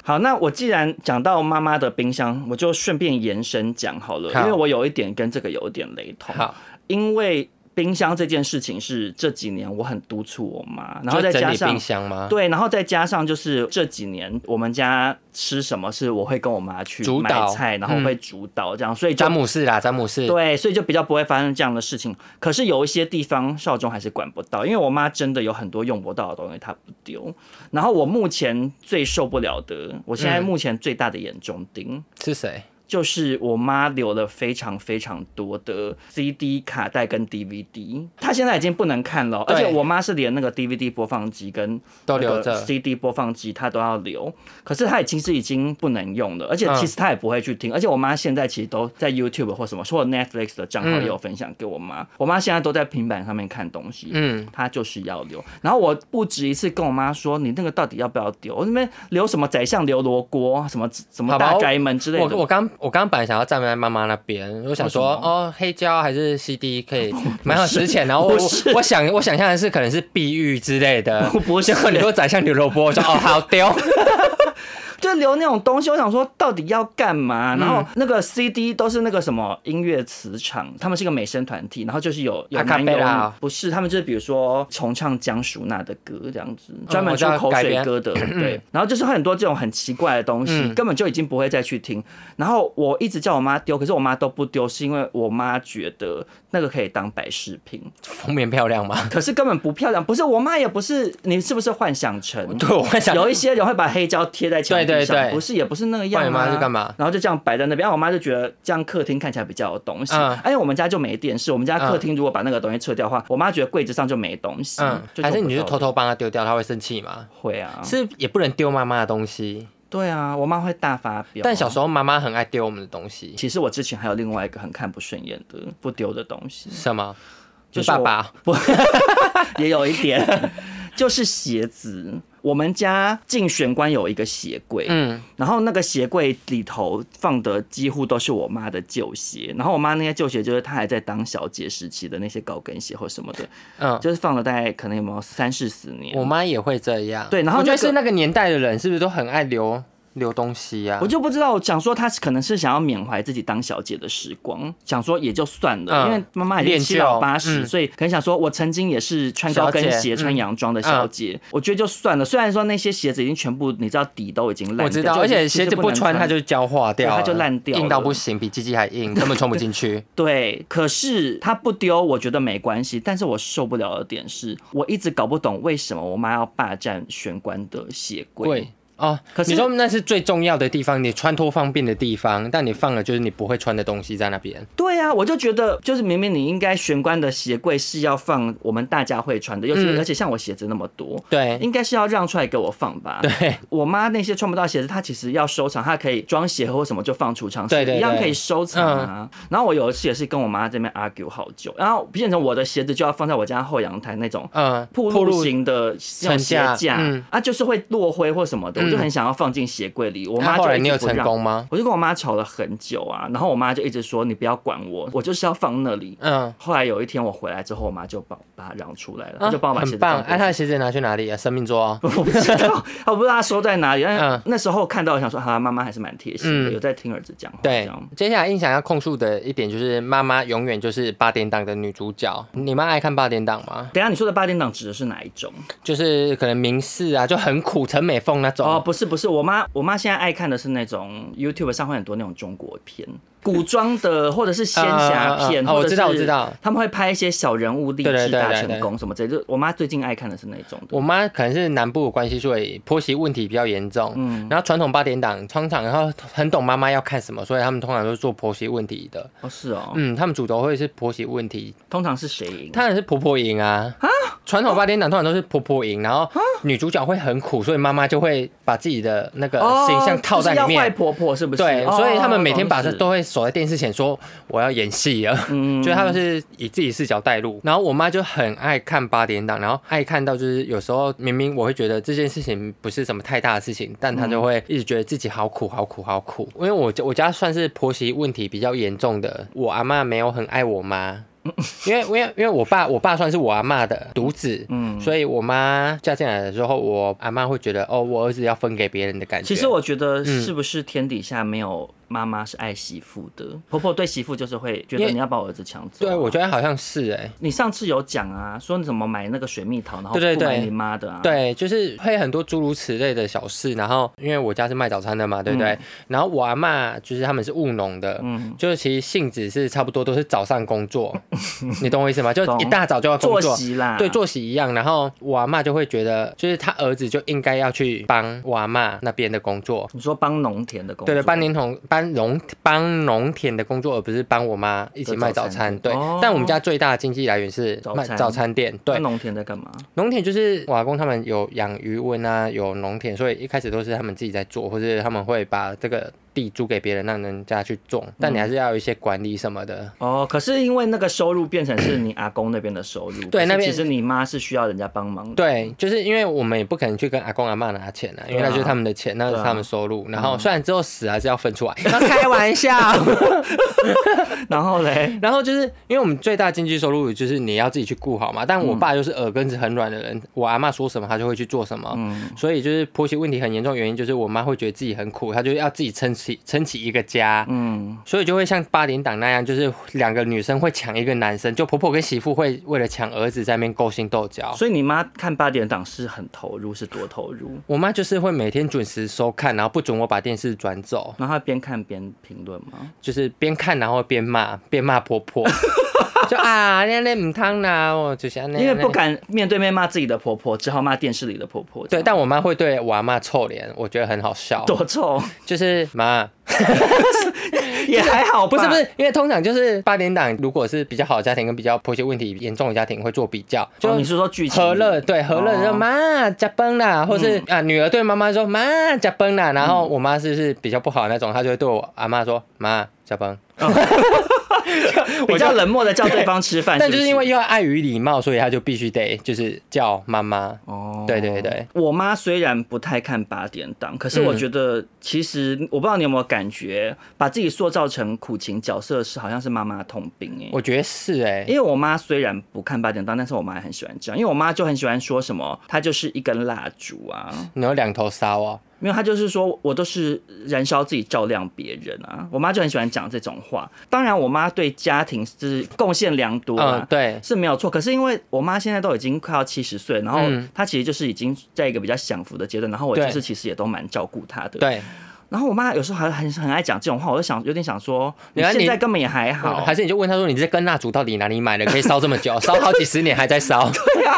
[SPEAKER 2] 好，那我既然讲到妈妈的冰箱，我就顺便延伸讲好了，
[SPEAKER 1] 好
[SPEAKER 2] 因为我有一点跟这个有点雷同。
[SPEAKER 1] 好，
[SPEAKER 2] 因为冰箱这件事情是这几年我很督促我妈，然后再加
[SPEAKER 1] 就整理
[SPEAKER 2] 上
[SPEAKER 1] 冰箱吗？
[SPEAKER 2] 对，然后再加上就是这几年我们家吃什么是我会跟我妈去
[SPEAKER 1] 主
[SPEAKER 2] 买
[SPEAKER 1] 导嗯
[SPEAKER 2] 菜，然后会主导这样，所以就
[SPEAKER 1] 詹姆士啦，詹姆士，
[SPEAKER 2] 对，所以就比较不会发生这样的事情。可是有一些地方少中还是管不到，因为我妈真的有很多用不到的东西，她不丢。然后我目前最受不了的，我现在
[SPEAKER 1] 嗯
[SPEAKER 2] 目前最大的眼中钉。
[SPEAKER 1] 是谁？
[SPEAKER 2] 就是我妈留了非常非常多的 CD 卡带跟 DVD，她现在已经不能看了哦，而
[SPEAKER 1] 对
[SPEAKER 2] 且我妈是连那个 DVD 播放机跟
[SPEAKER 1] 都
[SPEAKER 2] 那个
[SPEAKER 1] 留着
[SPEAKER 2] CD 播放机她都要留，可是她已经是已经不能用了，而且
[SPEAKER 1] 嗯
[SPEAKER 2] 其实她也不会去听，而且我妈现在其实都在 YouTube 或什么，或者 Netflix 的账号
[SPEAKER 1] 嗯
[SPEAKER 2] 也有分享给我妈，我妈现在都在平板上面看东西，
[SPEAKER 1] 嗯，
[SPEAKER 2] 他就是要留。然后我不止一次跟我妈说，你那个到底要不要丢？我那边留什么宰相刘罗锅，什么什么
[SPEAKER 1] 好吧
[SPEAKER 2] 大
[SPEAKER 1] 我
[SPEAKER 2] 宅门之类
[SPEAKER 1] 我
[SPEAKER 2] 的。
[SPEAKER 1] 我刚我刚本来想要站在妈妈那边，我想说
[SPEAKER 2] 为什么哦
[SPEAKER 1] 哦，黑胶还是 CD 可以蛮有值钱，然后我
[SPEAKER 2] 不是
[SPEAKER 1] 我我想我想象的是可能是碧玉之类的，
[SPEAKER 2] 不不是
[SPEAKER 1] 结果你给我宰相牛萝卜，我说哦好丢，
[SPEAKER 2] 就留那种东西，我想说到底要干
[SPEAKER 1] 嗯
[SPEAKER 2] 嘛？然后那个 CD 都是那个什么音乐磁场，他们是一个美声团体，然后就是有有
[SPEAKER 1] 阿卡
[SPEAKER 2] 男有
[SPEAKER 1] 贝拉
[SPEAKER 2] 女不是他们就是比如说重唱江淑娜的歌这样子，专门
[SPEAKER 1] 哦我知
[SPEAKER 2] 出
[SPEAKER 1] 道
[SPEAKER 2] 口
[SPEAKER 1] 改
[SPEAKER 2] 水
[SPEAKER 1] 编
[SPEAKER 2] 歌的，对。然后就是会很多这种很奇怪的东西，
[SPEAKER 1] 嗯
[SPEAKER 2] 根本就已经不会再去听。然后我一直叫我妈丢，可是我妈都不丢，是因为我妈觉得那个可以当摆饰品，
[SPEAKER 1] 封面漂亮 吗？
[SPEAKER 2] 可是根本不漂亮。不是我妈也不是，你是不是幻想成？
[SPEAKER 1] 对，我想
[SPEAKER 2] 有一些人会把黑胶贴在墙壁上，
[SPEAKER 1] 对对对
[SPEAKER 2] 不是也不是那个样、啊。
[SPEAKER 1] 换你妈是干嘛？
[SPEAKER 2] 然后就这样摆在那边，然后我妈就觉得这样客厅看起来比较有东西。
[SPEAKER 1] 嗯
[SPEAKER 2] 哎，因为我们家就没电视，我们家客厅如果把那个东西撤掉的话，我妈觉得柜子上就没东西。
[SPEAKER 1] 嗯，
[SPEAKER 2] 就
[SPEAKER 1] 还是
[SPEAKER 2] 用不
[SPEAKER 1] 你就
[SPEAKER 2] 到
[SPEAKER 1] 偷偷帮她丢掉，她会生气吗？
[SPEAKER 2] 会啊？
[SPEAKER 1] 是也不能丢妈妈的东西，
[SPEAKER 2] 对啊，我妈会大发飙。啊
[SPEAKER 1] 但小时候妈妈很爱丢我们的东西，
[SPEAKER 2] 其实我之前还有另外一个很看不顺眼的不丢的东西，
[SPEAKER 1] 什么？
[SPEAKER 2] 就是
[SPEAKER 1] 你爸
[SPEAKER 2] 我
[SPEAKER 1] 爸，
[SPEAKER 2] 也有一 点，就是鞋子。我们家竞选官有一个鞋柜，
[SPEAKER 1] 嗯，
[SPEAKER 2] 然后那个鞋柜里头放的几乎都是我妈的旧鞋，然后我妈那些旧鞋就是她还在当小姐时期的那些高跟鞋或什么的，
[SPEAKER 1] 嗯，
[SPEAKER 2] 就是放了大概可能有没有三四十年。
[SPEAKER 1] 我妈也会这样。
[SPEAKER 2] 对然后
[SPEAKER 1] 我觉得
[SPEAKER 2] 那个
[SPEAKER 1] 是那个年代的人是不是都很爱留留东西啊呀、
[SPEAKER 2] 我就不知道，想说她可能是想要缅怀自己当小姐的时光，想说也就算了，
[SPEAKER 1] 嗯
[SPEAKER 2] 因为妈妈已经
[SPEAKER 1] 恋
[SPEAKER 2] 七老
[SPEAKER 1] 旧
[SPEAKER 2] 八十，
[SPEAKER 1] 嗯
[SPEAKER 2] 所以可能想说我曾经也是穿高跟
[SPEAKER 1] 小姐
[SPEAKER 2] 鞋、
[SPEAKER 1] 嗯
[SPEAKER 2] 穿洋装的小姐，我觉得就算了。虽然说那些鞋子已经全部，你知道底都已经烂掉，
[SPEAKER 1] 我知道，
[SPEAKER 2] 就已
[SPEAKER 1] 而
[SPEAKER 2] 经
[SPEAKER 1] 且
[SPEAKER 2] 其实
[SPEAKER 1] 鞋子
[SPEAKER 2] 不
[SPEAKER 1] 不
[SPEAKER 2] 能
[SPEAKER 1] 穿它就焦化掉了，
[SPEAKER 2] 对它就烂掉了
[SPEAKER 1] 硬到不行，比鸡鸡还 硬，根本穿不进去。
[SPEAKER 2] 对，可是他不丢，我觉得没关系。但是我受不了的点是，我一直搞不懂为什么我妈要霸占玄关的鞋柜。
[SPEAKER 1] 贵哦，
[SPEAKER 2] 可是
[SPEAKER 1] 你说那是最重要的地方，你穿脱方便的地方，但你放了就是你不会穿的东西在那边。
[SPEAKER 2] 对啊，我就觉得，就是明明你应该玄关的鞋柜是要放我们大家会穿的，尤其、
[SPEAKER 1] 嗯
[SPEAKER 2] 而且像我鞋子那么多，
[SPEAKER 1] 对
[SPEAKER 2] 应该是要让出来给我放吧。
[SPEAKER 1] 对，
[SPEAKER 2] 我妈那些穿不到鞋子，她其实要收藏，她可以装鞋盒或什么就放储藏室，
[SPEAKER 1] 对对对嗯
[SPEAKER 2] 一样可以收藏啊。然后我有一次也是跟我妈这边 argue 好久，然后变成我的鞋子就要放在我家后阳台那种
[SPEAKER 1] 嗯，
[SPEAKER 2] 铺路型的那种鞋
[SPEAKER 1] 层架嗯
[SPEAKER 2] 啊，就是会落灰或什么的，我就很想要放进鞋柜里。我
[SPEAKER 1] 那
[SPEAKER 2] 妈
[SPEAKER 1] 后
[SPEAKER 2] 就
[SPEAKER 1] 来
[SPEAKER 2] 一
[SPEAKER 1] 你
[SPEAKER 2] 直
[SPEAKER 1] 有
[SPEAKER 2] 不
[SPEAKER 1] 成
[SPEAKER 2] 让，
[SPEAKER 1] 功吗？
[SPEAKER 2] 我就跟我妈吵了很久啊，然后我妈就一直说你不要管我，我就是要放那里。
[SPEAKER 1] 嗯，
[SPEAKER 2] 后来有一天我回来之后，我妈就把把它让出来了，她
[SPEAKER 1] 啊
[SPEAKER 2] 就帮我把
[SPEAKER 1] 很
[SPEAKER 2] 鞋子放
[SPEAKER 1] 棒。
[SPEAKER 2] 回
[SPEAKER 1] 哎，
[SPEAKER 2] 去
[SPEAKER 1] 他的鞋子拿去哪里啊？生命桌哦。
[SPEAKER 2] 我不知 道，我不知道他收在哪里。但
[SPEAKER 1] 嗯
[SPEAKER 2] 那时候看到，我想说，啊，妈妈还是蛮贴心的，
[SPEAKER 1] 嗯
[SPEAKER 2] 有在听儿子讲话。这
[SPEAKER 1] 对
[SPEAKER 2] 样，
[SPEAKER 1] 接下来印象要控诉的一点就是，妈妈永远就是八点档的女主角。你妈爱看八点档吗？
[SPEAKER 2] 等一下你说的八点档指的是哪一种？
[SPEAKER 1] 就是可能明视啊，就很苦，陈美凤那种。
[SPEAKER 2] 哦，不是不是，我妈我妈现在爱看的是那种 YouTube 上会很多那种中国片。古装的，或者是仙侠片，
[SPEAKER 1] 嗯嗯嗯嗯哦
[SPEAKER 2] 或
[SPEAKER 1] 我
[SPEAKER 2] 者是
[SPEAKER 1] 知道我知道，
[SPEAKER 2] 他们会拍一些小人物励
[SPEAKER 1] 对对
[SPEAKER 2] 志
[SPEAKER 1] 对
[SPEAKER 2] 大
[SPEAKER 1] 对
[SPEAKER 2] 成
[SPEAKER 1] 对
[SPEAKER 2] 功什么之类的。就我妈最近爱看的是那种的，
[SPEAKER 1] 我妈可能是南部有关系，所以婆媳问题比较严重。
[SPEAKER 2] 嗯
[SPEAKER 1] 然后传统八点档通常，然后很懂妈妈要看什么，所以他们通常都是做婆媳问题的。
[SPEAKER 2] 哦是哦，
[SPEAKER 1] 嗯，他们主轴会是婆媳问题，
[SPEAKER 2] 通常是谁赢？
[SPEAKER 1] 当然是婆婆赢啊。传统八点档通常都是婆婆赢，然后女主角会很苦，所以妈妈就会把自己的那个形象套在里
[SPEAKER 2] 哦就是要坏
[SPEAKER 1] 面。
[SPEAKER 2] 婆婆是不是？
[SPEAKER 1] 对，
[SPEAKER 2] 哦
[SPEAKER 1] 所以他们每天把这
[SPEAKER 2] 懂意思
[SPEAKER 1] 都会守在电视前说我要演戏了，
[SPEAKER 2] 嗯
[SPEAKER 1] 就是他们是以自己视角带入。然后我妈就很爱看八点档，然后爱看到就是有时候明明我会觉得这件事情不是什么太大的事情，但她就
[SPEAKER 2] 嗯
[SPEAKER 1] 会一直觉得自己好苦好苦好苦。因为我家我家算是婆媳问题比较严重的，我阿妈没有很爱我 妈。因为因为因为我爸我爸算是我阿妈的独子，
[SPEAKER 2] 嗯
[SPEAKER 1] 嗯，所以我妈嫁进来的时候，我阿妈会觉得哦，我儿子要分给别人的感觉。
[SPEAKER 2] 其实我觉得是不是天底下没有妈妈是爱媳妇的，婆婆对媳妇就是会觉
[SPEAKER 1] 因
[SPEAKER 2] 得
[SPEAKER 1] 为
[SPEAKER 2] 你要把我儿子抢走啊、
[SPEAKER 1] 对，我觉得好像是哎、
[SPEAKER 2] 你上次有讲啊，说你怎么买那个水蜜桃，然后
[SPEAKER 1] 对对
[SPEAKER 2] 不买
[SPEAKER 1] 对
[SPEAKER 2] 你妈的啊？
[SPEAKER 1] 对，就是会很多诸如此类的小事。然后因为我家是卖早餐的嘛，对不对？然后我阿嬷就是他们是务农的，
[SPEAKER 2] 嗯
[SPEAKER 1] 就是其实性质是差不多，都是早上工 作，你懂我意思吗？就
[SPEAKER 2] 懂
[SPEAKER 1] 一大早就要工
[SPEAKER 2] 啊作
[SPEAKER 1] 作。
[SPEAKER 2] 息啦，
[SPEAKER 1] 对作息一样，然后我阿嬷就会觉得，就是她儿子就应该要去帮我阿嬷那边的工作，
[SPEAKER 2] 你说帮农田的工作，
[SPEAKER 1] 对对，帮年童帮农帮农田的工作，而不是帮我妈一起卖早餐。
[SPEAKER 2] 做
[SPEAKER 1] 对
[SPEAKER 2] 早餐店哦，
[SPEAKER 1] 但我们家最大的经济来源是
[SPEAKER 2] 早
[SPEAKER 1] 卖
[SPEAKER 2] 餐
[SPEAKER 1] 早餐店。
[SPEAKER 2] 那
[SPEAKER 1] 对，
[SPEAKER 2] 农田在干嘛？
[SPEAKER 1] 农田就是我阿公他们有养鱼温啊，有农田，所以一开始都是他们自己在做，或是他们会把这个地租给别人，让人家去种，
[SPEAKER 2] 嗯
[SPEAKER 1] 但你还是要有一些管理什么的。
[SPEAKER 2] 哦，可是因为那个收入变成是你阿嗯公那边的收入，
[SPEAKER 1] 对
[SPEAKER 2] 可是
[SPEAKER 1] 那边
[SPEAKER 2] 其实你妈是需要人家帮忙的。
[SPEAKER 1] 对，就是因为我们也不可能去跟阿公阿妈拿钱啊，因为
[SPEAKER 2] 对啊啊嗯
[SPEAKER 1] 那就是他们的钱，那是他们收入。然后虽然之后死还是要分出来，
[SPEAKER 2] 开玩笑， 然后嘞，
[SPEAKER 1] 然后就是因为我们最大经济收入就是你要自己去顾好嘛，
[SPEAKER 2] 嗯
[SPEAKER 1] 但我爸就是耳根子很软的人，我阿妈说什么他就会去做什么，
[SPEAKER 2] 嗯
[SPEAKER 1] 所以就是婆媳问题很严重，原因就是我妈会觉得自己很苦，她就要自己撑起撑起一个家，
[SPEAKER 2] 嗯，
[SPEAKER 1] 所以就会像八点档那样，就是两个女生会抢一个男生，就婆婆跟媳妇会为了抢儿子在那边勾心斗角。
[SPEAKER 2] 所以你妈看八点档是很投入，是多投入，
[SPEAKER 1] 我妈就是会每天准时收看，然后不准我把电视转走，
[SPEAKER 2] 然后她边看边评论吗？
[SPEAKER 1] 就是边看然后边骂，边骂婆婆， 就啊，那那唔汤啦，我就是这样
[SPEAKER 2] 因为不
[SPEAKER 1] 这样
[SPEAKER 2] 敢面对面骂自己的婆婆，只好骂电视里的婆婆。
[SPEAKER 1] 对，但我妈会对我阿妈臭脸，我觉得很好笑。
[SPEAKER 2] 多臭
[SPEAKER 1] 就是妈，
[SPEAKER 2] 也还好吧，
[SPEAKER 1] 哦 不是不是，因为通常就是八点档，如果是比较好的家庭跟比较婆媳问题严重的家庭会做比较，就
[SPEAKER 2] 哦，你是说剧情
[SPEAKER 1] 和乐对和乐
[SPEAKER 2] 哦
[SPEAKER 1] 就妈加崩啦，或是啊女儿对妈妈说妈加崩啦，然后我妈是是比较不好的那种，她就会对我阿妈说妈加崩，
[SPEAKER 2] 比较冷漠的叫对方吃 饭，
[SPEAKER 1] 但就是
[SPEAKER 2] 不
[SPEAKER 1] 因为又要碍于礼貌，所以她就必须得就是叫妈妈。
[SPEAKER 2] 哦
[SPEAKER 1] 对对对，
[SPEAKER 2] 我妈虽然不太看八点档，可是
[SPEAKER 1] 嗯
[SPEAKER 2] 我觉得其实我不知道你有没有感觉，把自己塑造成苦情角色是好像是妈妈通病哎、
[SPEAKER 1] 我觉得是哎、
[SPEAKER 2] 因为我妈虽然不看八点档，但是我妈也很喜欢这样，因为我妈就很喜欢说什么，她就是一根蜡烛啊，
[SPEAKER 1] 你有两头烧哦，
[SPEAKER 2] 没有，她就是说我都是燃烧自己照亮别人啊，我妈就很喜欢讲这种话。当然，我妈对家庭是贡献良多啊，
[SPEAKER 1] 嗯对，
[SPEAKER 2] 是没有错，可是因为我妈现在都已经快要七十岁，然后
[SPEAKER 1] 嗯
[SPEAKER 2] 她其实就是已经在一个比较享福的阶段，然后我就
[SPEAKER 1] 对
[SPEAKER 2] 是其实也都蛮照顾她的。，
[SPEAKER 1] 对，
[SPEAKER 2] 然后我妈有时候还很很爱讲这种话，我就想有点想说，你
[SPEAKER 1] 原来你
[SPEAKER 2] 现在根本也还好
[SPEAKER 1] 还，是你就问他说你这根蜡烛到底哪里买的，可以烧这么 久，烧好几十年还在烧。
[SPEAKER 2] 对啊。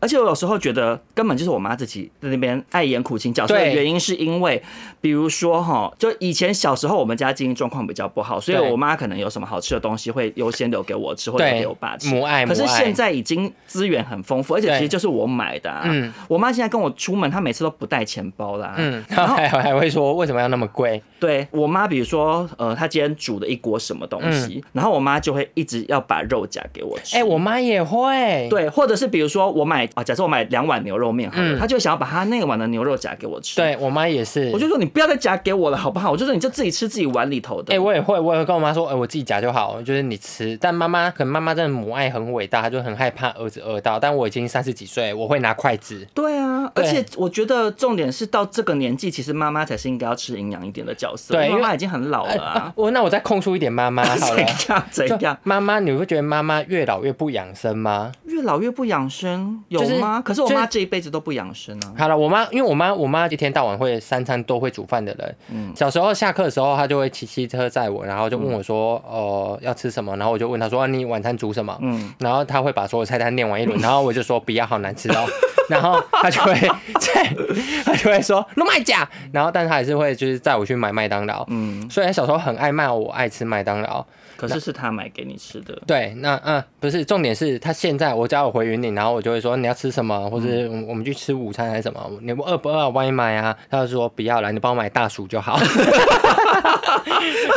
[SPEAKER 2] 而且我有时候觉得根本就是我妈自己在那边爱演苦情角色的
[SPEAKER 1] 对
[SPEAKER 2] 原因，是因为比如说哈，就以前小时候我们家经济状况比较不好，所以
[SPEAKER 1] 对
[SPEAKER 2] 我妈可能有什么好吃的东西会优先留给我吃，或者
[SPEAKER 1] 对
[SPEAKER 2] 给我爸，吃。
[SPEAKER 1] 母爱母
[SPEAKER 2] 可
[SPEAKER 1] 爱。
[SPEAKER 2] 是现在已经资源很丰富，而且
[SPEAKER 1] 对
[SPEAKER 2] 其实就是我买的、啊。
[SPEAKER 1] 嗯
[SPEAKER 2] 我妈现在跟我出门，她每次都不带钱包啦。
[SPEAKER 1] 嗯，然后还还会说为什么要那么贵？
[SPEAKER 2] 对我妈，比如说，呃，她今天煮了一锅什么东西，然后我妈就会一直要把肉夹给我
[SPEAKER 1] 嗯
[SPEAKER 2] 吃。
[SPEAKER 1] 哎、我妈也会。，
[SPEAKER 2] 对，或者是比如说我买啊，假设我买两碗牛肉面好了，
[SPEAKER 1] 嗯
[SPEAKER 2] 她就想要把她那碗的牛肉夹给我吃。，
[SPEAKER 1] 对我妈也是。
[SPEAKER 2] 我就说你不要再夹给我了，好不好？我就说你就自己吃自己碗里头的。
[SPEAKER 1] 哎、我也会，我也会跟我妈说，哎、我自己夹就好，就是你吃。但妈妈可能妈妈真的母爱很伟大，她就很害怕儿子饿到。但我已经三十几岁，我会拿筷 子。
[SPEAKER 2] 对啊，而
[SPEAKER 1] 对
[SPEAKER 2] 且我觉得重点是到这个年纪，其实妈妈才是应该要吃营养一点的角色。
[SPEAKER 1] 对因
[SPEAKER 2] 妈
[SPEAKER 1] 为哎
[SPEAKER 2] 妈已经很老了、啊。
[SPEAKER 1] 我那我再控诉一点 妈妈好 了。
[SPEAKER 2] 怎样
[SPEAKER 1] 就
[SPEAKER 2] 怎样？
[SPEAKER 1] 妈妈，你会觉得妈妈越老越不养生吗？
[SPEAKER 2] 越老越不养生，有
[SPEAKER 1] 就是
[SPEAKER 2] 吗？可是我
[SPEAKER 1] 就是
[SPEAKER 2] 妈这一辈子都不养生啊。
[SPEAKER 1] 嗯好了，我妈因为我妈我妈一天到晚会三餐都会煮饭的人，
[SPEAKER 2] 嗯
[SPEAKER 1] 小时候下课的时候，她就会骑汽车载我，然后就问我说，哦、要吃什么？然后我就问她说，啊你晚餐煮什么？
[SPEAKER 2] 嗯
[SPEAKER 1] 然后她会把所有菜单念完一轮，然后我就说不要，好难吃 哦。然后她就会在，她就会说弄麦甲，然后但她还是会就是载我去买麦当劳。
[SPEAKER 2] 嗯，
[SPEAKER 1] 虽然小时候很爱骂我爱吃麦当劳，
[SPEAKER 2] 可是是她买给你吃的。
[SPEAKER 1] 对，那嗯，不是重点是他现在我只要我回云岭，然后我就会说你要吃什么，或者
[SPEAKER 2] 嗯
[SPEAKER 1] 我们去吃午餐还是什么，你饿不饿啊？外卖啊？他就说不要了，你帮我买大薯就 好。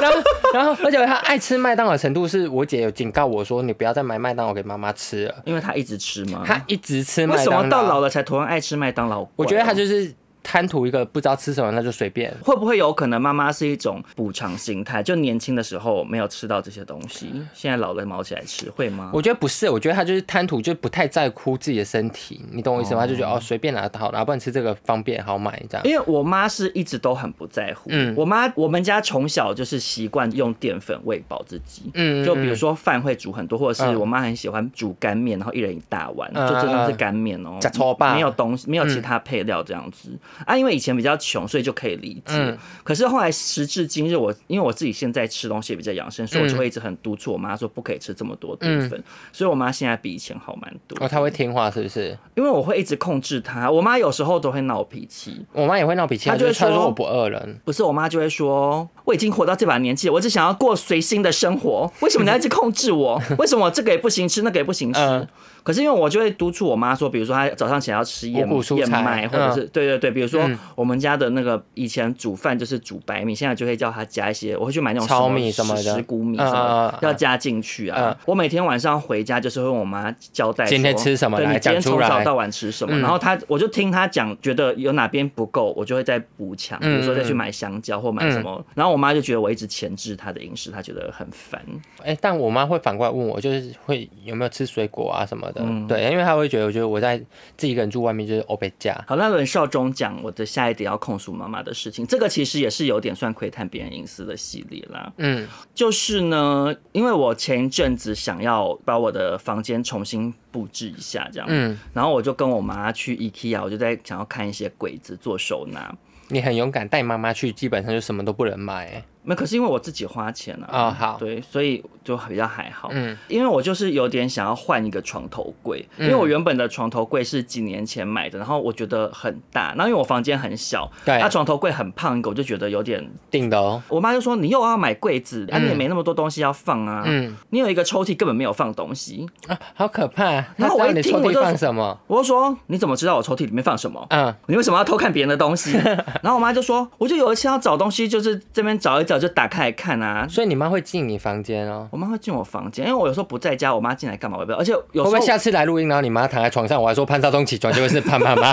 [SPEAKER 1] 然后，然后，而且他爱吃麦当劳的程度是我姐有警告我说你不要再买麦当劳给妈妈吃了，
[SPEAKER 2] 因为她一直吃吗？
[SPEAKER 1] 她一直吃
[SPEAKER 2] 嗯为
[SPEAKER 1] 麦
[SPEAKER 2] 什么
[SPEAKER 1] 当
[SPEAKER 2] 到啊
[SPEAKER 1] 劳
[SPEAKER 2] 老。了才突然爱吃麦当劳？
[SPEAKER 1] 我觉得她就是贪图一个不知道吃什么，那就随便。
[SPEAKER 2] 会不会有可能妈妈是一种补偿心态？就年轻的时候没有吃到这些东西，现在老了毛起来吃，会吗？
[SPEAKER 1] 嗯我觉得不是，我觉得他就是贪图，就不太在乎自己的身体，你懂我意思吗？他就觉得哦随便拿好，然后不然吃这个方便好买这样。
[SPEAKER 2] 因为我妈是一直都很不在乎，
[SPEAKER 1] 嗯
[SPEAKER 2] 我妈我们家从小就是习惯用淀粉喂饱自己，
[SPEAKER 1] 嗯
[SPEAKER 2] 就比如说饭会煮很多，或者是
[SPEAKER 1] 嗯
[SPEAKER 2] 我妈很喜欢煮干面，然后一人一大碗，
[SPEAKER 1] 嗯
[SPEAKER 2] 就真的是干面哦，
[SPEAKER 1] 吃嗯粗饱
[SPEAKER 2] 没有东西，没有其他配料这样子、啊。因为以前比较穷，所以就可以理解。
[SPEAKER 1] 嗯
[SPEAKER 2] 可是后来时至今日我，因为我自己现在吃东西也比较养生，
[SPEAKER 1] 嗯
[SPEAKER 2] 所以我就会一直很督促我妈说不可以吃这么多淀粉，所以我妈现在比以前好蛮多。
[SPEAKER 1] 哦，他会听话是不是？
[SPEAKER 2] 因为我会一直控制她，我妈有时候都会闹脾气。
[SPEAKER 1] 我妈也会闹脾气，啊
[SPEAKER 2] 她就会
[SPEAKER 1] 她说
[SPEAKER 2] 说
[SPEAKER 1] 我不饿了。
[SPEAKER 2] 不是，我妈就会说：“我已经活到这把年纪了，我只想要过随心的生活，为什么你要一直控 制我？为什么这个也不行吃，那个也不行吃？”
[SPEAKER 1] 嗯
[SPEAKER 2] 可是因为我就会督促我妈说，比如说她早上起来要吃燕
[SPEAKER 1] 五谷蔬
[SPEAKER 2] 燕
[SPEAKER 1] 菜
[SPEAKER 2] 麦，或者是、对对对，比如说
[SPEAKER 1] 嗯
[SPEAKER 2] 我们家的那个以前煮饭就是煮白米，现在就会叫她加一些，我会去买那种
[SPEAKER 1] 糙米什么的
[SPEAKER 2] 石谷米什
[SPEAKER 1] 嗯
[SPEAKER 2] 么
[SPEAKER 1] 嗯嗯，
[SPEAKER 2] 的
[SPEAKER 1] 嗯
[SPEAKER 2] 要加进去啊。
[SPEAKER 1] 嗯
[SPEAKER 2] 我每天晚上回家就是会问我妈交代
[SPEAKER 1] 今天
[SPEAKER 2] 说
[SPEAKER 1] 吃什么
[SPEAKER 2] 对
[SPEAKER 1] 来
[SPEAKER 2] 你今天
[SPEAKER 1] 讲出
[SPEAKER 2] 从早
[SPEAKER 1] 来
[SPEAKER 2] 到晚吃什么，
[SPEAKER 1] 嗯
[SPEAKER 2] 然后她我就听她讲，觉得有哪边不够，我就会再补强，比如说再
[SPEAKER 1] 嗯嗯
[SPEAKER 2] 去
[SPEAKER 1] 嗯嗯
[SPEAKER 2] 买。买香蕉或买什么，然后我妈就觉得我一直钳制她的饮食，她觉得很烦。
[SPEAKER 1] 哎、但我妈会反过来问我，就是会有没有吃水果啊什么的，
[SPEAKER 2] 嗯
[SPEAKER 1] 对，因为她会觉得，我觉得我在自己一个人住外面就是欧贝家，
[SPEAKER 2] 好，那轮少中讲我的下一点要控诉妈妈的事情，这个其实也是有点算窥探别人隐私的系列啦。
[SPEAKER 1] 嗯
[SPEAKER 2] 就是呢，因为我前一阵子想要把我的房间重新布置一下，这样，
[SPEAKER 1] 嗯，
[SPEAKER 2] 然后我就跟我妈去 IKEA，我就在想要看一些柜子做手拿。
[SPEAKER 1] 你很勇敢，带妈妈去，基本上就什么都不能买、哎
[SPEAKER 2] 那可是因为我自己花钱啊，
[SPEAKER 1] 哦好
[SPEAKER 2] 对，所以就比较还好。
[SPEAKER 1] 嗯
[SPEAKER 2] 因为我就是有点想要换一个床头柜，因为我原本的床头柜是几年前买的，然后我觉得很大，然后因为我房间很小，
[SPEAKER 1] 对
[SPEAKER 2] 那床头柜很胖一个，我就觉得有点。
[SPEAKER 1] 定的哦，
[SPEAKER 2] 我妈就说你又要买柜子，啊，
[SPEAKER 1] 嗯
[SPEAKER 2] 你也没那么多东西要放啊，
[SPEAKER 1] 嗯
[SPEAKER 2] 你有一个抽屉根本没有放东西。
[SPEAKER 1] 啊，好可怕，她
[SPEAKER 2] 然后
[SPEAKER 1] 知道
[SPEAKER 2] 我一
[SPEAKER 1] 你
[SPEAKER 2] 听
[SPEAKER 1] 抽
[SPEAKER 2] 我
[SPEAKER 1] 屉
[SPEAKER 2] 就
[SPEAKER 1] 放什么，
[SPEAKER 2] 我就说你怎么知道我抽屉里面放 什么？
[SPEAKER 1] 嗯，
[SPEAKER 2] 你为什么要偷看别人的东西？然后我妈就说，我就有一次要找东西，就是这边找一找，就打开来看啊，
[SPEAKER 1] 所以你妈会进你房间哦。
[SPEAKER 2] 我妈会进我房间，因为我有时候不在家，我妈进来干嘛？我也不知道。而且有
[SPEAKER 1] 会不会
[SPEAKER 2] 时候，
[SPEAKER 1] 下次来录音，然后你妈躺在床上，我还说潘少忠起床，结果是潘妈 妈？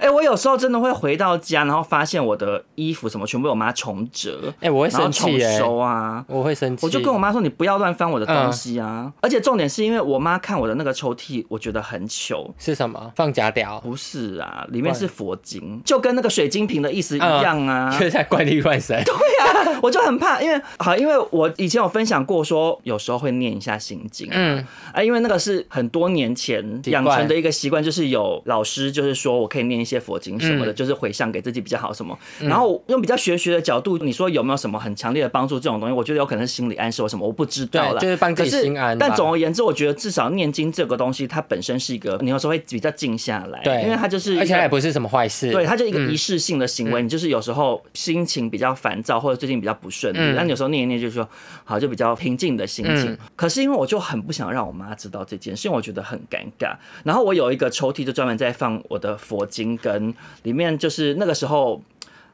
[SPEAKER 2] 哎、我有时候真的会回到家，然后发现我的衣服什么全部被我妈重折，
[SPEAKER 1] 哎、我会
[SPEAKER 2] 然后
[SPEAKER 1] 生
[SPEAKER 2] 重
[SPEAKER 1] 气耶、
[SPEAKER 2] 收啊。
[SPEAKER 1] 我会生气。
[SPEAKER 2] 我就跟我妈说：“你不要乱翻我的东西啊！”
[SPEAKER 1] 嗯
[SPEAKER 2] 而且重点是因为我妈看我的那个抽屉，我觉得很糗。
[SPEAKER 1] 是什么放假屌，
[SPEAKER 2] 不是啊，里面是佛经，就跟那个水晶瓶的意思一样啊。
[SPEAKER 1] 就是在怪力乱神。
[SPEAKER 2] 我就很怕，因为好，因为我以前有分享过说，有时候会念一下心经，
[SPEAKER 1] 嗯，
[SPEAKER 2] 啊，因为那个是很多年前
[SPEAKER 1] 习惯
[SPEAKER 2] 养成的一个习惯，就是有老师就是说我可以念一些佛经什么的，
[SPEAKER 1] 嗯
[SPEAKER 2] 就是回向给自己比较好什么。然后用比较玄学的角度，你说有没有什么很强烈的帮助？这种东西，我觉得有可能是心理暗示或什么，我不知道
[SPEAKER 1] 对
[SPEAKER 2] 啦。
[SPEAKER 1] 就是帮自己
[SPEAKER 2] 可是
[SPEAKER 1] 心安吧
[SPEAKER 2] 但总而言之，我觉得至少念经这个东西，它本身是一个，你有时候会比较静下来，
[SPEAKER 1] 对，
[SPEAKER 2] 因为它就是一个
[SPEAKER 1] 而且它也不是什么坏事。
[SPEAKER 2] 对，它就一个
[SPEAKER 1] 嗯
[SPEAKER 2] 仪式性的行为。你就是有时候心情比较烦躁，或者最近比较不顺利，
[SPEAKER 1] 嗯
[SPEAKER 2] 那、你有时候念一念就说好，就比较平静的心情。
[SPEAKER 1] 嗯
[SPEAKER 2] 可是因为我就很不想让我妈知道这件事，因为我觉得很尴尬。然后我有一个抽屉就专门在放我的佛经，跟里面就是那个时候。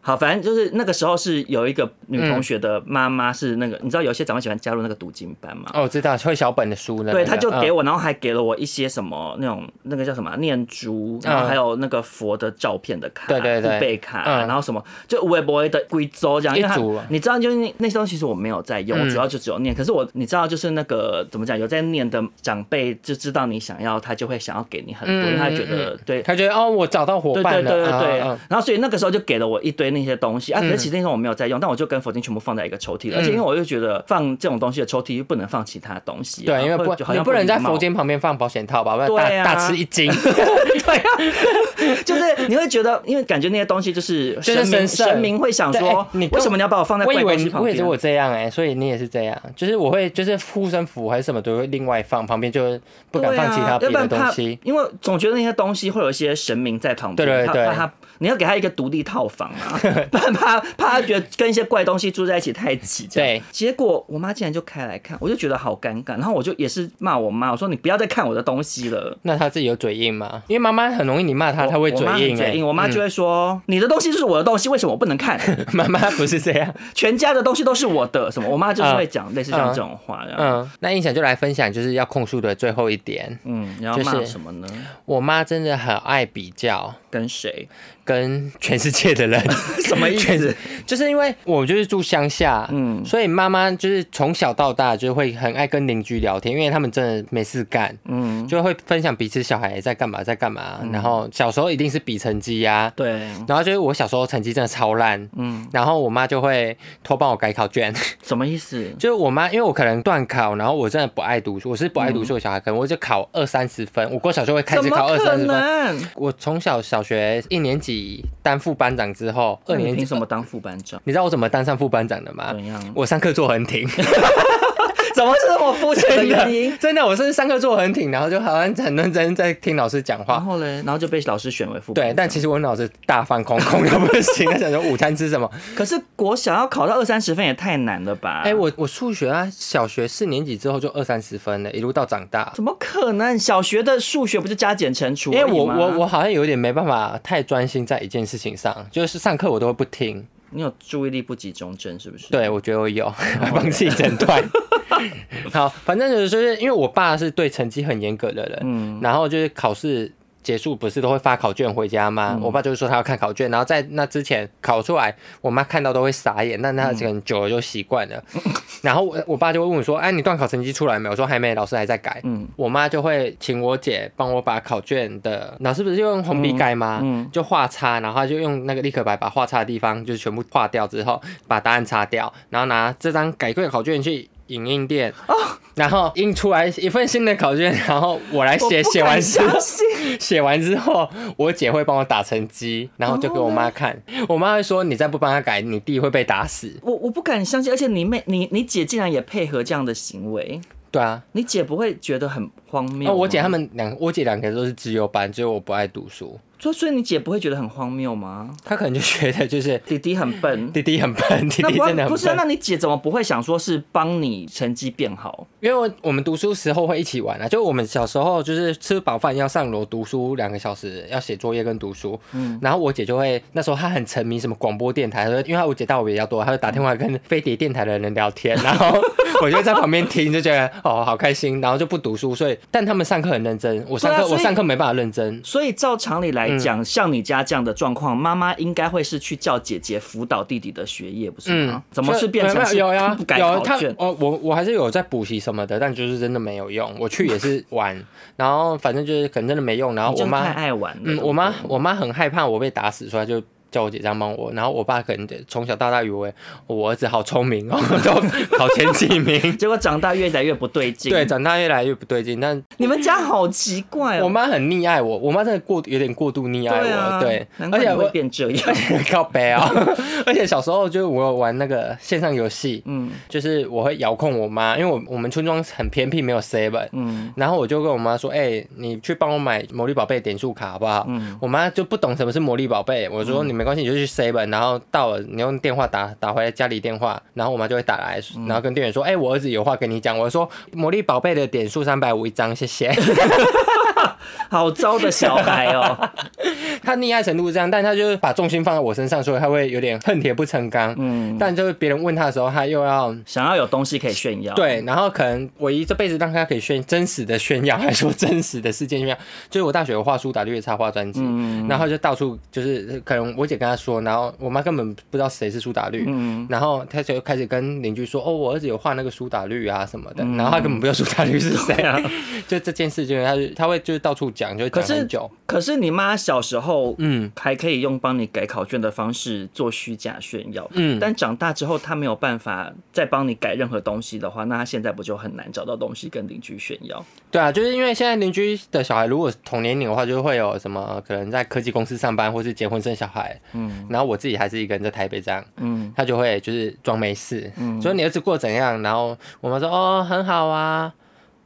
[SPEAKER 2] 好，反正就是那个时候是有一个女同学的妈妈是那个，你知道有些长辈喜欢加入那个读经班嘛？
[SPEAKER 1] 哦，我知道，会小本的嗯书呢。
[SPEAKER 2] 对，他就给
[SPEAKER 1] 我，
[SPEAKER 2] 我，然后还给了我一些什么那种那个叫什么啊念珠，然后还有那个佛的照片的卡，
[SPEAKER 1] 嗯对对对
[SPEAKER 2] 护贝卡，
[SPEAKER 1] 嗯
[SPEAKER 2] 然后什么就微博的贵州这样，因为它
[SPEAKER 1] 一组啊
[SPEAKER 2] 你知道，就是那那些东西其实我没有在用，
[SPEAKER 1] 嗯
[SPEAKER 2] 我主要就只有念。可是我你知道，就是那个怎么讲，有在念的长辈就知道你想要，他就会想要给你很多，
[SPEAKER 1] 嗯
[SPEAKER 2] 因为他觉得对。
[SPEAKER 1] 他觉得哦，我找到伙
[SPEAKER 2] 对对
[SPEAKER 1] 伴
[SPEAKER 2] 对
[SPEAKER 1] 了。
[SPEAKER 2] 对对，
[SPEAKER 1] 嗯嗯
[SPEAKER 2] 然后所以那个时候就给了我一堆那些东西啊，可是其实那时候我没有在用，但我就跟佛经全部放在一个抽屉了，而且因为我就觉得放这种东西的抽屉又不能放其他东西啊，
[SPEAKER 1] 对，因为
[SPEAKER 2] 会
[SPEAKER 1] 不，
[SPEAKER 2] 好
[SPEAKER 1] 你
[SPEAKER 2] 像
[SPEAKER 1] 不能
[SPEAKER 2] 礼
[SPEAKER 1] 在
[SPEAKER 2] 貌
[SPEAKER 1] 佛间旁边放保险套吧，不然
[SPEAKER 2] 对
[SPEAKER 1] 大
[SPEAKER 2] 啊
[SPEAKER 1] 大吃一 惊。
[SPEAKER 2] 就是你会觉得，因为感觉那些东西就是
[SPEAKER 1] 就是
[SPEAKER 2] 神明，
[SPEAKER 1] 神圣
[SPEAKER 2] 神明会想
[SPEAKER 1] 对哎
[SPEAKER 2] 说，
[SPEAKER 1] 你
[SPEAKER 2] 为什么你要把我放在
[SPEAKER 1] 我以
[SPEAKER 2] 怪
[SPEAKER 1] 为
[SPEAKER 2] 东西
[SPEAKER 1] 你，
[SPEAKER 2] 旁
[SPEAKER 1] 我以为
[SPEAKER 2] 边？啊
[SPEAKER 1] 我这样哎，所以你也是这样，就是我会就是护身符还是什么都会另外放，旁边就不敢放其他别
[SPEAKER 2] 对
[SPEAKER 1] 的
[SPEAKER 2] 啊要不然
[SPEAKER 1] 东
[SPEAKER 2] 怕
[SPEAKER 1] 西。
[SPEAKER 2] 因为总觉得那些东西会有一些神明在旁边，
[SPEAKER 1] 对对对
[SPEAKER 2] 怕怕他，你要给他一个独立套房 啊，不然怕怕他觉得跟一些怪东西住在一起太挤。这样
[SPEAKER 1] 对，
[SPEAKER 2] 结果我妈竟然就开来看，我就觉得好尴尬，然后我就也是骂我妈，我说你不要再看我的东西了。
[SPEAKER 1] 那他自己有嘴硬吗？因为妈妈很容易你骂他，他会
[SPEAKER 2] 我妈很
[SPEAKER 1] 硬哎。
[SPEAKER 2] 硬，我妈就
[SPEAKER 1] 嗯
[SPEAKER 2] 会说：“你的东西就是我的东西，为什么我不能看？”
[SPEAKER 1] 妈妈不是这样。
[SPEAKER 2] 全家的东西都是我的，什么？我妈就是会讲类似像这种话，然后
[SPEAKER 1] 嗯，那印象就来分享，就是要控诉的最后一点。
[SPEAKER 2] 嗯，然后
[SPEAKER 1] 就
[SPEAKER 2] 骂
[SPEAKER 1] 是
[SPEAKER 2] 什么呢？
[SPEAKER 1] 我妈真的很爱比较，
[SPEAKER 2] 跟谁？
[SPEAKER 1] 跟全世界的人，
[SPEAKER 2] 什么意
[SPEAKER 1] 全
[SPEAKER 2] 思？
[SPEAKER 1] 就是因为我就是住乡下，
[SPEAKER 2] 嗯
[SPEAKER 1] 嗯，所以妈妈就是从小到大就会很爱跟邻居聊天，因为他们真的没事干，
[SPEAKER 2] 嗯，
[SPEAKER 1] 就会分享彼此小孩在干嘛在干嘛，然后小时候一定是比成绩呀、
[SPEAKER 2] 对，
[SPEAKER 1] 然后就是我小时候成绩真的超烂，
[SPEAKER 2] 嗯，
[SPEAKER 1] 然后我妈就会偷帮我改考 卷，
[SPEAKER 2] 什么意思？
[SPEAKER 1] 就是我妈因为我可能断考，然后我真的不爱读书，我是不爱读书的小孩，可能我就考二三十分，我国小就会开
[SPEAKER 2] 嗯怎
[SPEAKER 1] 始
[SPEAKER 2] 么
[SPEAKER 1] 考二
[SPEAKER 2] 可
[SPEAKER 1] 三十分，
[SPEAKER 2] 能？
[SPEAKER 1] 我从小小学一年级当副班长之后，
[SPEAKER 2] 那
[SPEAKER 1] 二
[SPEAKER 2] 你
[SPEAKER 1] 年级
[SPEAKER 2] 凭什么当副班 长？
[SPEAKER 1] 你知道我怎么当上副班长的吗？
[SPEAKER 2] 怎样
[SPEAKER 1] 我上课做很 挺，
[SPEAKER 2] 怎么是这么肤浅的 原因？
[SPEAKER 1] 真的，我是上课做很挺，然后就好像很认真在听老师讲
[SPEAKER 2] 然
[SPEAKER 1] 话。
[SPEAKER 2] 后嘞，然后就被老师选为副班
[SPEAKER 1] 对，但其实我脑子大放空 空的不行，在想说午餐吃 什么？
[SPEAKER 2] 可是国小要考到二三十分也太难了吧？
[SPEAKER 1] 哎、我我数学啊，小学四年级之后就二三十分了，一路到长大。
[SPEAKER 2] 怎么可能？小学的数学不就加减乘除
[SPEAKER 1] 因
[SPEAKER 2] 而已
[SPEAKER 1] 为
[SPEAKER 2] 吗？
[SPEAKER 1] 哎我我我好像有点没办法太专心在一件事情上，就是上课我都会不听。
[SPEAKER 2] 你有注意力不集中症是不是？，
[SPEAKER 1] 对，我觉得我 有，帮自己诊断。 好，反正就是因为我爸是对成绩很严格的人，
[SPEAKER 2] 嗯
[SPEAKER 1] 然后就是考试结束不是都会发考卷回家吗？
[SPEAKER 2] 嗯
[SPEAKER 1] 我爸就是说他要看考卷，然后在那之前考出来，我妈看到都会傻眼，但他可能久了就习惯 了。然后我我爸就会问我说：“哎，你段考成绩出来没有？”我说：“还没，老师还在改。”
[SPEAKER 2] 嗯
[SPEAKER 1] 我妈就会请我姐帮我把考卷的，老师不是用红笔盖吗？
[SPEAKER 2] 嗯嗯
[SPEAKER 1] 就画叉，然后她就用那个立可白把画叉的地方就是全部画掉之后，把答案擦掉，然后拿这张改过的考卷去影印店，然后印出来一份新的考卷，然后我来写，写完之后
[SPEAKER 2] 相，信
[SPEAKER 1] 写完之后，我姐会帮我打成绩，然后就给我妈看， 我妈会说你再不帮她改，你弟会被打死。
[SPEAKER 2] 我我不敢相信，而且你妹你你姐竟然也配合这样的行为，
[SPEAKER 1] 对啊，
[SPEAKER 2] 你姐不会觉得很荒谬
[SPEAKER 1] 哦
[SPEAKER 2] 吗？
[SPEAKER 1] 那我姐他们两，我姐两个都是自由班，只有我不爱读书，
[SPEAKER 2] 所以所以你姐不会觉得很荒谬吗？
[SPEAKER 1] 她可能就觉得就是。
[SPEAKER 2] 弟弟很笨，
[SPEAKER 1] 弟弟很笨，弟
[SPEAKER 2] 那
[SPEAKER 1] 弟
[SPEAKER 2] 不
[SPEAKER 1] 真的
[SPEAKER 2] 要不
[SPEAKER 1] 很
[SPEAKER 2] 是啊？那
[SPEAKER 1] 笨。
[SPEAKER 2] 你姐怎么不会想说是帮你成绩变好？
[SPEAKER 1] 因为我我们读书时候会一起玩啊，就我们小时候就是吃饱饭要上楼读书两个小时，要写作业跟读书。
[SPEAKER 2] 嗯
[SPEAKER 1] 然后我姐就会那时候她很沉迷什么广播电台，因为她我姐大我比较多，她会打电话跟飞碟电台的人聊 天，然后我就在旁边听，就觉得哦好开心，然后就不读书。所以但他们上课很认真，我上
[SPEAKER 2] 对啊
[SPEAKER 1] 课、
[SPEAKER 2] 所以啊
[SPEAKER 1] 我上课没办法认真。
[SPEAKER 2] 所以照常理来讲，像你家这样的状况，妈妈应该会是去叫姐姐辅导弟弟的学业，不是吗？怎
[SPEAKER 1] 嗯
[SPEAKER 2] 么
[SPEAKER 1] 所以
[SPEAKER 2] 是变成
[SPEAKER 1] 没
[SPEAKER 2] 是
[SPEAKER 1] 有有呀
[SPEAKER 2] 不改
[SPEAKER 1] 有
[SPEAKER 2] 考
[SPEAKER 1] 他
[SPEAKER 2] 卷？
[SPEAKER 1] 哦，我我还是有在补习什么的，但就是真的没有用。我去也是玩，然后反正就是可能真的没用。然后
[SPEAKER 2] 你
[SPEAKER 1] 我
[SPEAKER 2] 真的太
[SPEAKER 1] 妈，
[SPEAKER 2] 爱玩了。
[SPEAKER 1] 嗯，我妈我妈很害怕我被打死，所以她就。叫我姐这样帮我，然后我爸可能从小到大以为我儿子好聪明 哦，都考前几名。
[SPEAKER 2] 结果长大越来越不对劲。
[SPEAKER 1] 对，，长大越来越不对劲，但
[SPEAKER 2] 你们家好奇怪哦。
[SPEAKER 1] 我妈很溺爱我，我妈真的过有点过度溺爱
[SPEAKER 2] 对
[SPEAKER 1] 我，
[SPEAKER 2] 啊，
[SPEAKER 1] 对，
[SPEAKER 2] 难
[SPEAKER 1] 而
[SPEAKER 2] 怪
[SPEAKER 1] 且
[SPEAKER 2] 你会
[SPEAKER 1] 我
[SPEAKER 2] 变这 样。
[SPEAKER 1] 靠背啊、而且小时候就是我有玩那个线上游戏，
[SPEAKER 2] 嗯
[SPEAKER 1] 就是我会遥控我妈，因为我我们村庄很偏僻，没有 seven，
[SPEAKER 2] 嗯
[SPEAKER 1] 然后我就跟我妈说，哎、你去帮我买魔力宝贝点数卡好不好？
[SPEAKER 2] 嗯
[SPEAKER 1] 我妈就不懂什么是魔力宝贝，我说你没关系，你就去 seven，然后到了你用电话打打回来家里电话，然后我妈就会打来，
[SPEAKER 2] 嗯
[SPEAKER 1] 然后跟店员说，哎、我儿子有话跟你讲，我说魔力宝贝的点数三百五一张，谢 谢。
[SPEAKER 2] 好糟的小孩 哦。
[SPEAKER 1] 他溺爱程度是这样，但他就是把重心放在我身上，所以他会有点恨铁不成钢。
[SPEAKER 2] 嗯，
[SPEAKER 1] 但就是别人问他的时候，他又要
[SPEAKER 2] 想要有东西可以炫耀。，
[SPEAKER 1] 对，然后可能唯一这辈子让他可以炫真实的炫耀，还说真实的事件炫耀， 就是我大学有画苏打绿的插画专辑，
[SPEAKER 2] 嗯
[SPEAKER 1] 然后就到处就是可能我姐跟他说，然后我妈根本不知道谁是苏打绿，
[SPEAKER 2] 嗯
[SPEAKER 1] 然后他就开始跟邻居说，哦，我儿子有画那个苏打绿啊什么的，然后他根本不知道苏打绿是谁，
[SPEAKER 2] 嗯啊
[SPEAKER 1] 就这件事情，他就他会就是到处讲，就
[SPEAKER 2] 可
[SPEAKER 1] 讲
[SPEAKER 2] 是
[SPEAKER 1] 很久，
[SPEAKER 2] 可是你妈小时候
[SPEAKER 1] 嗯
[SPEAKER 2] 还可以用帮你改考卷的方式做虚假炫耀。
[SPEAKER 1] 嗯，
[SPEAKER 2] 但长大之后，她没有办法再帮你改任何东西的话，那她现在不就很难找到东西跟邻居炫耀？
[SPEAKER 1] 对啊，就是因为现在邻居的小孩，如果同年龄的话，就会有什么可能在科技公司上班，或是结婚生小孩。
[SPEAKER 2] 嗯
[SPEAKER 1] 嗯，然后我自己还是一个人在台北这样，
[SPEAKER 2] 嗯，
[SPEAKER 1] 他就会就是装没事。嗯，说你儿子过得怎样？然后我妈说哦很好啊，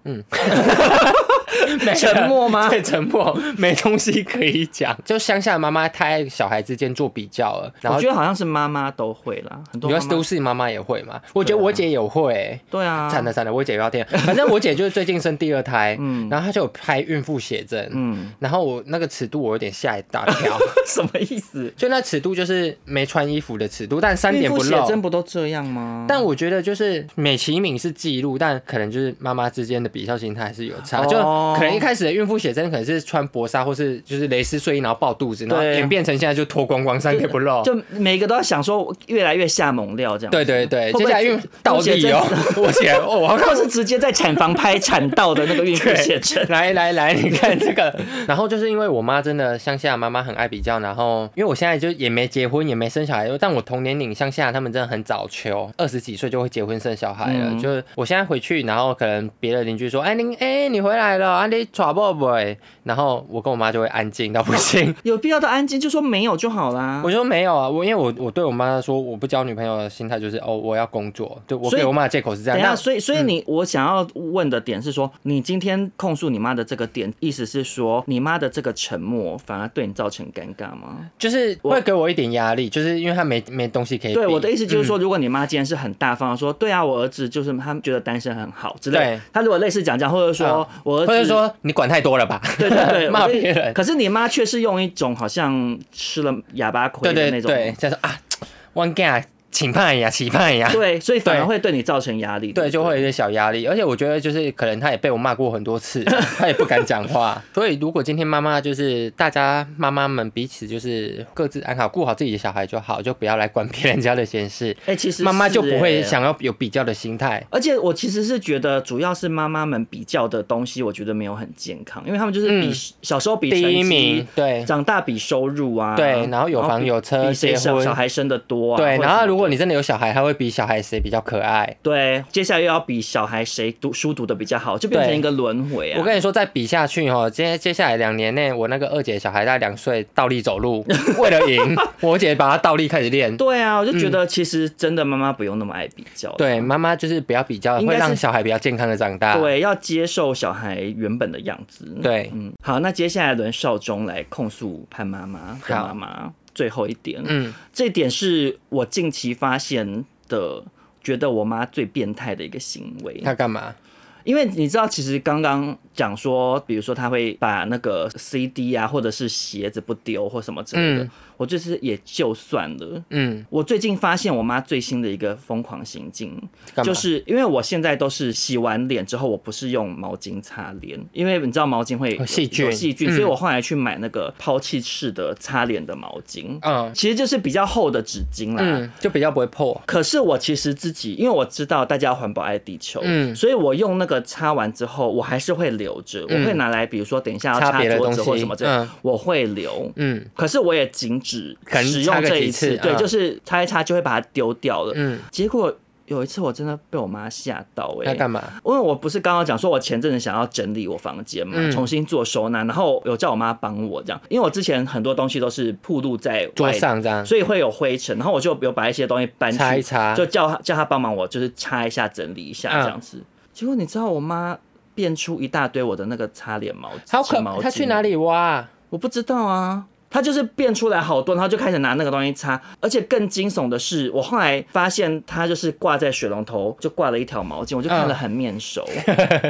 [SPEAKER 1] 嗯， 没了
[SPEAKER 2] 沉默 吗
[SPEAKER 1] 对，沉默，没东西可以讲。就乡下的妈妈太爱小孩之间做比较了，然
[SPEAKER 2] 我
[SPEAKER 1] 后
[SPEAKER 2] 觉。得好像是妈妈都会啦，很多
[SPEAKER 1] 你
[SPEAKER 2] 妈
[SPEAKER 1] 说
[SPEAKER 2] 妈
[SPEAKER 1] 都市妈妈也会嘛？我觉得我姐也会、
[SPEAKER 2] 对啊，
[SPEAKER 1] 惨了惨了，我姐又要天。反正我姐就是最近生第二胎，
[SPEAKER 2] 嗯
[SPEAKER 1] 然后她就有拍孕妇写真，
[SPEAKER 2] 嗯，
[SPEAKER 1] 然后我那个尺度我有点吓一大 跳，
[SPEAKER 2] 什么意思？
[SPEAKER 1] 就那尺度就是没穿衣服的尺度，但三点不
[SPEAKER 2] 孕妇写真
[SPEAKER 1] 露。
[SPEAKER 2] 不都这样吗？
[SPEAKER 1] 但我觉得就是美其名是记录，但可能就是妈妈之间的比较心态还是有差。
[SPEAKER 2] 哦
[SPEAKER 1] 就
[SPEAKER 2] 哦
[SPEAKER 1] 可能一开始的孕妇写真可能是穿薄纱或是就是蕾丝睡衣，然后抱肚子，然后
[SPEAKER 2] 对
[SPEAKER 1] 演变成现在就脱光光，三个不露。
[SPEAKER 2] 就每个都要想说越来越下猛料这样。
[SPEAKER 1] 哦对对对，
[SPEAKER 2] 会不会
[SPEAKER 1] 接下来孕
[SPEAKER 2] 写
[SPEAKER 1] 倒立哦，我写哦，我要
[SPEAKER 2] 或
[SPEAKER 1] 看。
[SPEAKER 2] 是直接在产房拍产道的那个孕妇写 真 啊
[SPEAKER 1] 来来来，你看这个。 然后就是因为我妈真的乡下妈妈很爱比较，然后因为我现在就也没结婚，也没生小孩，但我同年龄乡下他们真的很早求，二十几岁就会结婚生小孩了。
[SPEAKER 2] 嗯
[SPEAKER 1] 就是我现在回去，然后可能别的邻居说：“哎、您哎、你回来了，啊你娶宝贝。”然后我跟我妈就会安静到不行。
[SPEAKER 2] 有必要的安静就说没有就好啦
[SPEAKER 1] 我。说没有啊，我因为我我对我妈说我不交女朋友的心态就是哦，我要工作，就我
[SPEAKER 2] 所以
[SPEAKER 1] 给我妈的借口是这
[SPEAKER 2] 等
[SPEAKER 1] 样。啊
[SPEAKER 2] 一
[SPEAKER 1] 那嗯
[SPEAKER 2] 下，所以所以你、我想要问的点是说，你今天控诉你妈的这个点，意思是说你妈的这个沉默反而对你造成尴尬吗？
[SPEAKER 1] 就是会给我一点压力，就是因为她没没东西可以比。
[SPEAKER 2] 对，我的意思就
[SPEAKER 1] 嗯
[SPEAKER 2] 是说，如果你妈今天是很大方的说，对啊，我儿子就是他觉得单身很好之类的
[SPEAKER 1] 对，啊
[SPEAKER 2] 她如果类似讲这样，或者说我
[SPEAKER 1] 或
[SPEAKER 2] 儿
[SPEAKER 1] 者
[SPEAKER 2] 子。
[SPEAKER 1] 说你管太多了吧？
[SPEAKER 2] 对对 对，
[SPEAKER 1] 骂
[SPEAKER 2] 我跟你
[SPEAKER 1] 别人。
[SPEAKER 2] 可是你妈却是用一种好像吃了哑巴
[SPEAKER 1] 对
[SPEAKER 2] 亏的
[SPEAKER 1] 对
[SPEAKER 2] 那种，
[SPEAKER 1] 对，再说啊，我干请判 呀，期盼呀。
[SPEAKER 2] 对所以反而
[SPEAKER 1] 对
[SPEAKER 2] 会对你造成压 力。
[SPEAKER 1] 对，
[SPEAKER 2] 不
[SPEAKER 1] 就会有一些小压力，而且我觉得就是可能他也被我骂过很多次， 他也不敢讲话。所以如果今天妈妈就是大家妈妈们彼此就是各自安好，顾好自己的小孩就好，就不要来管别人家的闲事，
[SPEAKER 2] 哎、其实
[SPEAKER 1] 妈妈
[SPEAKER 2] 是
[SPEAKER 1] 就不会
[SPEAKER 2] 哎
[SPEAKER 1] 想要有比较的心态。
[SPEAKER 2] 而且我其实是觉得，主要是妈妈们比较的东西，我觉得没有很健康，因为他们就是比、
[SPEAKER 1] 嗯
[SPEAKER 2] 小时候比
[SPEAKER 1] 第
[SPEAKER 2] 成绩
[SPEAKER 1] 一名，对
[SPEAKER 2] 长大比收入啊，
[SPEAKER 1] 对然后有房
[SPEAKER 2] 比
[SPEAKER 1] 有车
[SPEAKER 2] 比谁
[SPEAKER 1] 结
[SPEAKER 2] 小
[SPEAKER 1] 婚
[SPEAKER 2] 小孩生的多啊，
[SPEAKER 1] 对，
[SPEAKER 2] 或者
[SPEAKER 1] 然
[SPEAKER 2] 什
[SPEAKER 1] 后
[SPEAKER 2] 么
[SPEAKER 1] 如果
[SPEAKER 2] 的
[SPEAKER 1] 你真的有小孩，他会比小孩谁比较可爱。
[SPEAKER 2] 对接下来又要比小孩谁读书读的比较好，就变
[SPEAKER 1] 对
[SPEAKER 2] 成一个轮回啊。
[SPEAKER 1] 我跟你说，再比下去哦，接接下来两年内，我那个二姐小孩大概两岁倒立走路， 为了 赢，我姐把她倒立开始练。
[SPEAKER 2] 对啊，我就觉得其实真的妈妈不用那么爱比较，
[SPEAKER 1] 嗯对，啊妈妈就是不要比较，
[SPEAKER 2] 应该
[SPEAKER 1] 会
[SPEAKER 2] 是
[SPEAKER 1] 让小孩比较健康的长大。
[SPEAKER 2] 对，要接受小孩原本的样子。
[SPEAKER 1] 对
[SPEAKER 2] 嗯，好，那接下来轮少中来控诉潘妈妈和
[SPEAKER 1] 好
[SPEAKER 2] 妈妈。最后一点，
[SPEAKER 1] 嗯，
[SPEAKER 2] 这点是我近期发现的，觉得我妈最变态的一个行为。
[SPEAKER 1] 她干嘛？
[SPEAKER 2] 因为你知道，其实刚刚讲说，比如说她会把那个 CD 啊，或者是鞋子不丢或什么之类的，
[SPEAKER 1] 嗯
[SPEAKER 2] 我就是也就算了。
[SPEAKER 1] 嗯，
[SPEAKER 2] 我最近发现我妈最新的一个疯狂行径，
[SPEAKER 1] 干嘛
[SPEAKER 2] 就是因为我现在都是洗完脸之后，我不是用毛巾擦脸，因为你知道毛巾会
[SPEAKER 1] 有细菌
[SPEAKER 2] 有细菌，
[SPEAKER 1] 嗯
[SPEAKER 2] 所以我后来去买那个抛弃式的擦脸的毛巾，
[SPEAKER 1] 嗯
[SPEAKER 2] 其实就是比较厚的纸巾啦。
[SPEAKER 1] 嗯，就比较不会破。
[SPEAKER 2] 可是我其实自己，因为我知道大家要环保爱地球，
[SPEAKER 1] 嗯
[SPEAKER 2] 所以我用那个擦完之后，我还是会留着，我会拿来，比如说等一下要
[SPEAKER 1] 嗯擦
[SPEAKER 2] 擦
[SPEAKER 1] 别的
[SPEAKER 2] 桌子
[SPEAKER 1] 东西
[SPEAKER 2] 或什么之类，
[SPEAKER 1] 嗯
[SPEAKER 2] 我会留。
[SPEAKER 1] 嗯
[SPEAKER 2] 可是我也仅止
[SPEAKER 1] 可能
[SPEAKER 2] 使用
[SPEAKER 1] 擦个
[SPEAKER 2] 这一
[SPEAKER 1] 几次
[SPEAKER 2] 次，对，
[SPEAKER 1] 嗯
[SPEAKER 2] 就是擦一擦就会把它丢掉了。
[SPEAKER 1] 嗯，
[SPEAKER 2] 结果有一次我真的被我妈吓到哎、
[SPEAKER 1] 她干嘛？
[SPEAKER 2] 因为我不是刚刚讲说，我前阵子想要整理我房间嘛，
[SPEAKER 1] 嗯
[SPEAKER 2] 重新做收纳，然后有叫我妈帮我这样，因为我之前很多东西都是铺露在
[SPEAKER 1] 桌
[SPEAKER 2] 外
[SPEAKER 1] 上这样。
[SPEAKER 2] 所以会有灰尘，然后我就有把一些东西搬去
[SPEAKER 1] 擦一擦
[SPEAKER 2] 就叫他叫他帮忙我，就是擦一下、整理一下
[SPEAKER 1] 嗯
[SPEAKER 2] 这样子。结果你知道我妈变出一大堆我的那个擦脸毛巾，
[SPEAKER 1] 好可
[SPEAKER 2] 毛，巾
[SPEAKER 1] 她去哪？里挖啊？
[SPEAKER 2] 我不知道啊。她就是变出来好多，然后就开始拿那个东西擦，而且更惊悚的是，我后来发现她就是挂在水龙头，就挂了一条毛巾，我就看了很面 熟。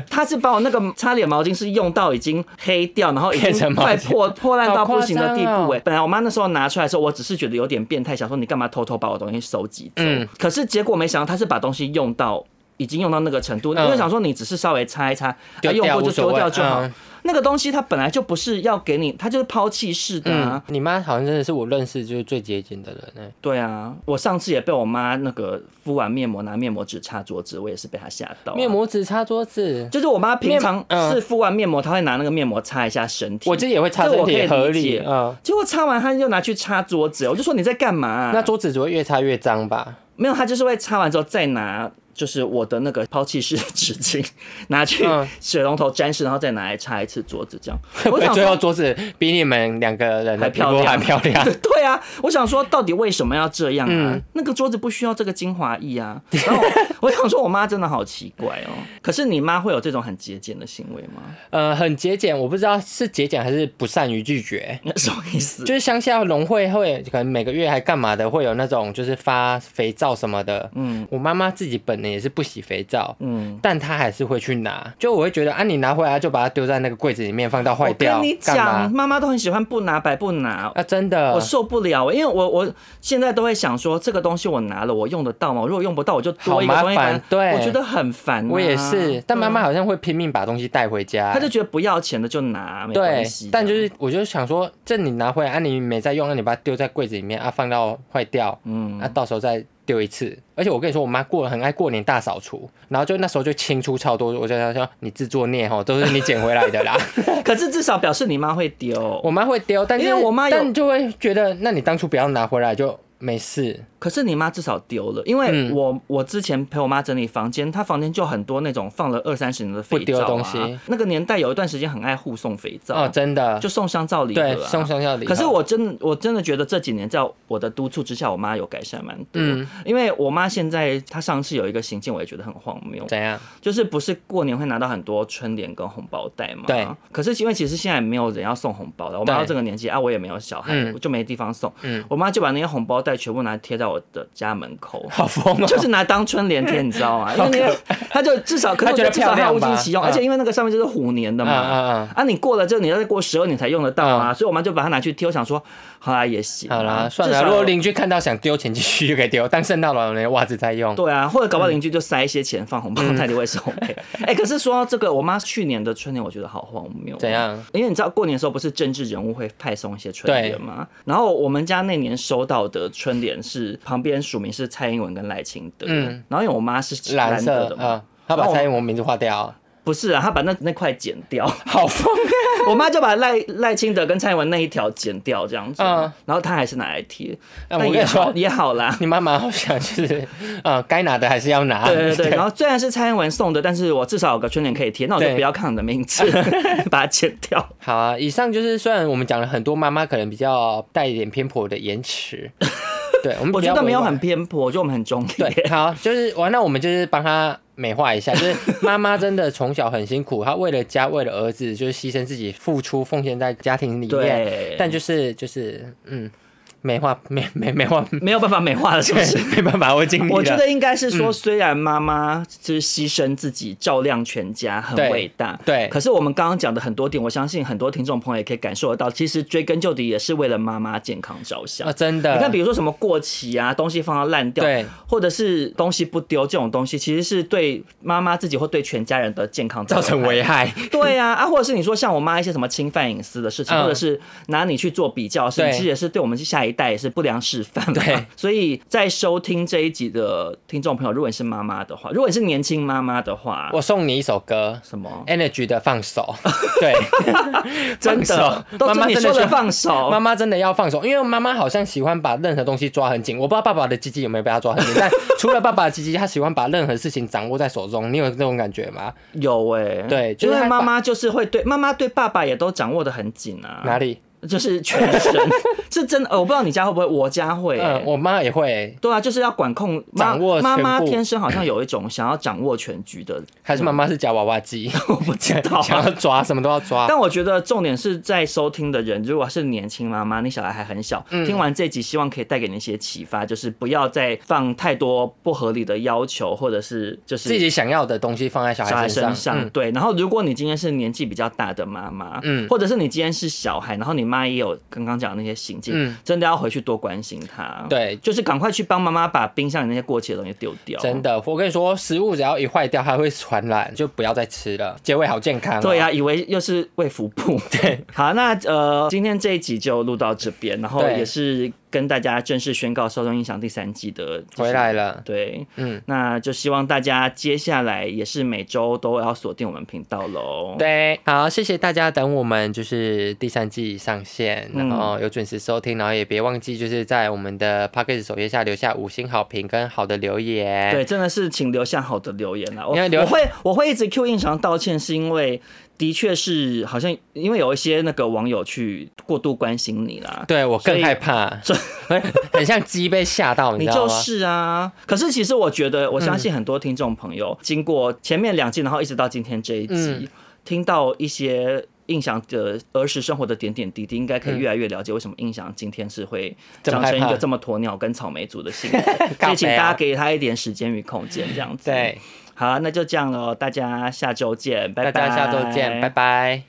[SPEAKER 2] 她是把我那个擦脸毛巾是用到已经黑掉，然后已
[SPEAKER 1] 变
[SPEAKER 2] 经
[SPEAKER 1] 成毛巾
[SPEAKER 2] 快破破烂到不行的地步、
[SPEAKER 1] 好夸张
[SPEAKER 2] 哎、
[SPEAKER 1] 哦
[SPEAKER 2] 本来我妈那时候拿出来的时候，我只是觉得有点变态，想说你干嘛偷偷把我东西收集走？
[SPEAKER 1] 嗯
[SPEAKER 2] 可是结果没想到她是把东西用到已经用到那个程度，
[SPEAKER 1] 嗯
[SPEAKER 2] 因为想说你只是稍微擦一擦，
[SPEAKER 1] 丢
[SPEAKER 2] 啊、用
[SPEAKER 1] 掉
[SPEAKER 2] 过就
[SPEAKER 1] 无所
[SPEAKER 2] 丢
[SPEAKER 1] 谓
[SPEAKER 2] 掉就好。
[SPEAKER 1] 嗯
[SPEAKER 2] 那个东西它本来就不是要给你，它就是抛弃式的、啊
[SPEAKER 1] 嗯，你妈好像真的是我认识就是最节俭的人呢。
[SPEAKER 2] 对啊，我上次也被我妈那个敷完面膜拿面膜纸擦桌子，我也是被她吓到、啊
[SPEAKER 1] 面。膜纸擦桌子，
[SPEAKER 2] 就是我妈平常
[SPEAKER 1] 面嗯
[SPEAKER 2] 是敷完面膜，她会拿那个面膜擦一下身体。
[SPEAKER 1] 我自己也会擦
[SPEAKER 2] 这
[SPEAKER 1] 身
[SPEAKER 2] 我可以
[SPEAKER 1] 体，
[SPEAKER 2] 理
[SPEAKER 1] 合理。
[SPEAKER 2] 解
[SPEAKER 1] 嗯，
[SPEAKER 2] 结果擦完，她就拿去擦桌子，我就说你在干嘛啊、
[SPEAKER 1] 那桌子只会越擦越脏吧？
[SPEAKER 2] 没有，他就是会擦完之后再拿，就是我的那个抛弃式的纸巾， 拿去
[SPEAKER 1] 嗯。
[SPEAKER 2] 水龙头沾湿，然后再拿来擦一次桌子，这样 我想
[SPEAKER 1] 哎最
[SPEAKER 2] 说
[SPEAKER 1] 后桌子比你们两个人的
[SPEAKER 2] 还
[SPEAKER 1] 皮
[SPEAKER 2] 漂
[SPEAKER 1] 肤还
[SPEAKER 2] 亮，
[SPEAKER 1] 漂亮
[SPEAKER 2] 对。 对啊，我想说，到底为什么要这样啊？
[SPEAKER 1] 嗯
[SPEAKER 2] 那个桌子不需要这个精华液啊。然后我我想说，我妈真的好奇怪哦。可是你妈会有这种很节俭的行为吗？
[SPEAKER 1] 呃，很节俭，我不知道是节俭还是不善于拒绝。
[SPEAKER 2] 那什么意思？
[SPEAKER 1] 就是乡下农会会可能每个月还干嘛的，会有那种就是发肥皂什么的。嗯，我妈妈自己本能也是不洗肥皂，
[SPEAKER 2] 嗯，
[SPEAKER 1] 但他还是会去拿。就我会觉得啊，你拿回来就把它丢在那个柜子里面，放到坏
[SPEAKER 2] 我
[SPEAKER 1] 掉
[SPEAKER 2] 跟你
[SPEAKER 1] 干
[SPEAKER 2] 讲，
[SPEAKER 1] 嘛？
[SPEAKER 2] 妈妈都很喜欢不拿白不拿。
[SPEAKER 1] 啊，真的，
[SPEAKER 2] 我受不了，因为我我现在都会想说，这个东西我拿了，我用得到吗？我如果用不到，我就多一个
[SPEAKER 1] 好麻
[SPEAKER 2] 东西
[SPEAKER 1] 烦
[SPEAKER 2] 拿
[SPEAKER 1] 对
[SPEAKER 2] 我觉得很烦、啊
[SPEAKER 1] 我也是，，但妈妈好像会拼命把东西带回家，
[SPEAKER 2] 嗯他就觉得不要钱的就拿，没关
[SPEAKER 1] 对
[SPEAKER 2] 系。，
[SPEAKER 1] 但就是我就想说，这你拿回来啊，你没在用，那、你把它丢在柜子里面啊，放到坏掉，
[SPEAKER 2] 嗯
[SPEAKER 1] 那、啊、到时候再丢一次。而且我跟你说，我妈过了很爱过年大扫除，然后就那时候就清出超多，我就想说你自作孽哦，都是你捡回来的 啦。
[SPEAKER 2] 可是至少表示你妈会丢。
[SPEAKER 1] 我妈会丢，但是
[SPEAKER 2] 因为我妈有
[SPEAKER 1] 但就会觉得，那你当初不要拿回来就没事。
[SPEAKER 2] 可是你妈至少丢了，因为
[SPEAKER 1] 嗯
[SPEAKER 2] 我、我之前陪我妈整理房间，她房间就很多那种放了二三十年的肥
[SPEAKER 1] 不
[SPEAKER 2] 皂、
[SPEAKER 1] 丢
[SPEAKER 2] 啊、
[SPEAKER 1] 的东西。
[SPEAKER 2] 那个年代有一段时间很爱护送肥皂，
[SPEAKER 1] 哦，真的，
[SPEAKER 2] 啊就送香皂礼盒、啊，
[SPEAKER 1] 对，送香料礼盒。
[SPEAKER 2] 可是我真的，我真的觉得这几年在我的督促之下，我妈有改善蛮多。
[SPEAKER 1] 嗯
[SPEAKER 2] 因为我妈现在她上次有一个行径，我也觉得很荒谬，
[SPEAKER 1] 怎样？
[SPEAKER 2] 就是不是过年会拿到很多春联跟红包袋嘛？
[SPEAKER 1] 对。
[SPEAKER 2] 可是因为其实现在没有人要送红包了，我妈
[SPEAKER 1] 对
[SPEAKER 2] 到这个年纪啊，我也没有小孩，
[SPEAKER 1] 嗯
[SPEAKER 2] 我就没地方送。
[SPEAKER 1] 嗯
[SPEAKER 2] 我妈就把那些红包袋全部拿来贴在我的家门口。
[SPEAKER 1] 好疯哦！
[SPEAKER 2] 就是拿当春联贴，你知 道吗？因为那个，她就至少，可是
[SPEAKER 1] 她
[SPEAKER 2] 我
[SPEAKER 1] 觉得
[SPEAKER 2] 至少
[SPEAKER 1] 漂
[SPEAKER 2] 她
[SPEAKER 1] 亮
[SPEAKER 2] 物尽
[SPEAKER 1] 吧
[SPEAKER 2] 其用，
[SPEAKER 1] 嗯
[SPEAKER 2] 而且因为那个上面就是虎年的
[SPEAKER 1] 嗯
[SPEAKER 2] 嘛，
[SPEAKER 1] 嗯
[SPEAKER 2] 啊，你过了之后，你要再过十二年才用得到啊，所以我妈就把它拿去贴。我想说，好啦，也行
[SPEAKER 1] 嗯，
[SPEAKER 2] 啊，
[SPEAKER 1] 好啦，算
[SPEAKER 2] 至
[SPEAKER 1] 了。
[SPEAKER 2] 少
[SPEAKER 1] 如果邻居看到想丢钱进去就可以丢，当圣诞老人的袜子在用。
[SPEAKER 2] 对啊，或者搞不好邻居就塞一些钱放红包
[SPEAKER 1] 嗯
[SPEAKER 2] 袋里会收费。 哎、可是说到这个，我妈去年的春联，我觉得好荒谬哦。
[SPEAKER 1] 怎样？
[SPEAKER 2] 因为你知道过年的时候不是政治人物会派送一些春联吗？然后我们家那年收到的春联是旁边署名是蔡英文跟赖清德，
[SPEAKER 1] 嗯
[SPEAKER 2] 然后因为我妈是
[SPEAKER 1] 蓝
[SPEAKER 2] 色
[SPEAKER 1] 色
[SPEAKER 2] 的嘛，
[SPEAKER 1] 嗯，他
[SPEAKER 2] 然
[SPEAKER 1] 把
[SPEAKER 2] 后
[SPEAKER 1] 蔡英文名字划掉，
[SPEAKER 2] 不是啊，她把那那块剪掉。
[SPEAKER 1] 好 疯！
[SPEAKER 2] 我妈就把赖赖清德跟蔡英文那一条剪掉，这样子，
[SPEAKER 1] 嗯
[SPEAKER 2] 然后她还是拿来贴，
[SPEAKER 1] 哎我
[SPEAKER 2] 但
[SPEAKER 1] 跟
[SPEAKER 2] 也
[SPEAKER 1] 你说
[SPEAKER 2] 好也好啦。
[SPEAKER 1] 你妈妈好想 就是，呃，该拿的还是要拿。
[SPEAKER 2] 对对 对，然后虽然是蔡英文送的，但是我至少有个春联可以贴，那我就
[SPEAKER 1] 对
[SPEAKER 2] 不要看你的名字， 把它剪 掉。
[SPEAKER 1] 好啊，以上就是虽然我们讲了很多妈妈可能比较带一点偏颇的言 辞，对我们
[SPEAKER 2] 我
[SPEAKER 1] 比较
[SPEAKER 2] 觉得没有
[SPEAKER 1] 委婉
[SPEAKER 2] 很偏颇，我觉得我们很中
[SPEAKER 1] 对，
[SPEAKER 2] 立。
[SPEAKER 1] 好，就是完了，那我们就是帮他美化 一下，就是妈妈真的从小很辛苦，她为了家，为了儿子，就是牺牲自己，付出奉献在家庭里面，
[SPEAKER 2] 对，
[SPEAKER 1] 但就是就是嗯，美化美美美化，
[SPEAKER 2] 没有办法美化了，是不 是？
[SPEAKER 1] 对 嗯没办法，我尽力了。
[SPEAKER 2] 我觉得应该是说，虽然妈妈就是牺牲自己照亮全家，很
[SPEAKER 1] 对
[SPEAKER 2] 伟大，
[SPEAKER 1] 对
[SPEAKER 2] 可是我们刚刚讲的很多点，我相信很多听众朋友也可以感受得到，其实追根究底也是为了妈妈健康着想
[SPEAKER 1] 啊，。真的，
[SPEAKER 2] 你看，比如说什么过期啊，东西放到烂掉，
[SPEAKER 1] 对，
[SPEAKER 2] 或者是东西不丢这种东西，其实是对妈妈自己或对全家人的健康
[SPEAKER 1] 造成危
[SPEAKER 2] 害。
[SPEAKER 1] 害，
[SPEAKER 2] 对啊，啊，或者是你说像我妈一些什么侵犯隐私的事情，
[SPEAKER 1] 嗯
[SPEAKER 2] 或者是拿你去做比较的事情，
[SPEAKER 1] 对
[SPEAKER 2] 其实也是对我们下一代也是不良示范嘛。
[SPEAKER 1] 对
[SPEAKER 2] 所以在收听这一集的听众朋友，如果你是妈妈的话，如果你是年轻妈妈的话，
[SPEAKER 1] 我送你一首歌。
[SPEAKER 2] 什么
[SPEAKER 1] Energy 的放 手，对，
[SPEAKER 2] 真的
[SPEAKER 1] 哎放手
[SPEAKER 2] 都
[SPEAKER 1] 妈
[SPEAKER 2] 是
[SPEAKER 1] 妈
[SPEAKER 2] 你
[SPEAKER 1] 真
[SPEAKER 2] 说
[SPEAKER 1] 的
[SPEAKER 2] 的
[SPEAKER 1] 就
[SPEAKER 2] 放手
[SPEAKER 1] 妈，妈真的要放手，因为妈妈好像喜欢把任何东西抓很紧。我不知道爸爸的鸡鸡有没有被他抓很紧，但除了爸爸的鸡鸡，他喜欢把任何事情掌握在手中。你有这种感觉吗？
[SPEAKER 2] 有哎、
[SPEAKER 1] 对
[SPEAKER 2] 因
[SPEAKER 1] 就是
[SPEAKER 2] 为
[SPEAKER 1] 她
[SPEAKER 2] 妈
[SPEAKER 1] 把
[SPEAKER 2] 妈就是会对妈妈对爸爸也都掌握的很紧啊。
[SPEAKER 1] 哪里？
[SPEAKER 2] 就是全身，是真的。呃我不知道你家会不会，我家会、欸
[SPEAKER 1] 嗯，我妈也会、
[SPEAKER 2] 对啊，就是要管控妈
[SPEAKER 1] 掌握
[SPEAKER 2] 妈妈
[SPEAKER 1] 全部
[SPEAKER 2] 天生好像有一种想要掌握全局的，
[SPEAKER 1] 还是妈妈是夹娃娃机，
[SPEAKER 2] 我不 知 道、
[SPEAKER 1] 想
[SPEAKER 2] 啊
[SPEAKER 1] 要。抓什么都要抓。
[SPEAKER 2] 但我觉得重点是在收听的人，如果是年轻妈妈，你小孩还很小，
[SPEAKER 1] 嗯
[SPEAKER 2] 听完这集，希望可以带给你一些启发，就是不要再放太多不合理的要求，或者是就是
[SPEAKER 1] 自己想要的东西放在小
[SPEAKER 2] 小
[SPEAKER 1] 孩
[SPEAKER 2] 孩身
[SPEAKER 1] 身
[SPEAKER 2] 上。
[SPEAKER 1] 嗯
[SPEAKER 2] 对，然后如果你今天是年纪比较大的妈妈，嗯，
[SPEAKER 1] 嗯
[SPEAKER 2] 或者是你今天是小孩，然后你妈也有刚刚讲的那些行径，
[SPEAKER 1] 嗯
[SPEAKER 2] 真的要回去多关心她。
[SPEAKER 1] 对
[SPEAKER 2] 就是赶快去帮妈妈把冰箱里那些过期的东西丢掉。
[SPEAKER 1] 真。的，我跟你说，食物只要一坏掉，它会传染，就不要再吃了。结尾好健康、哦。
[SPEAKER 2] 对啊呀、以为又是卫福 部。对，好，那呃，今天这一集就录到这边，然后
[SPEAKER 1] 对
[SPEAKER 2] 也是跟大家正式宣告《受众音响》第三季的
[SPEAKER 1] 回。来了。
[SPEAKER 2] 对，
[SPEAKER 1] 嗯，
[SPEAKER 2] 那就希望大家接下来也是每周都要锁定我们频道喽。
[SPEAKER 1] 对，好，谢谢大家，等我们就是第三季上线，
[SPEAKER 2] 嗯
[SPEAKER 1] 然后有准时收听，然后也别忘记就是在我们的 p a c k a g e 首页下留下五星好评跟好的留言。
[SPEAKER 2] 对，真的是请留下好的留言啊啦。我
[SPEAKER 1] 因为留
[SPEAKER 2] 我会我会一直 Q 印常道歉，是因为的确是好像因为有一些那个网友去过度关心你啦。
[SPEAKER 1] 对我
[SPEAKER 2] 所以
[SPEAKER 1] 更害怕， 很像鸡被吓到，你
[SPEAKER 2] 你
[SPEAKER 1] 知道
[SPEAKER 2] 就
[SPEAKER 1] 吗？
[SPEAKER 2] 是啊，可是其实我觉得，我相信很多嗯听众朋友、经过前面两季，然后一直到今天这一集，
[SPEAKER 1] 嗯
[SPEAKER 2] 听到一些印象的儿时生活的点点滴滴，应该可以越来越了解为什么印象今天是会长成一个嗯这么鸵鸟跟草莓族的 性格。所以请大家给他一点时间与空间，这样子。
[SPEAKER 1] 啊对，
[SPEAKER 2] 好，那就这样喽，大家下周见，拜拜。
[SPEAKER 1] 大家下周见，拜拜。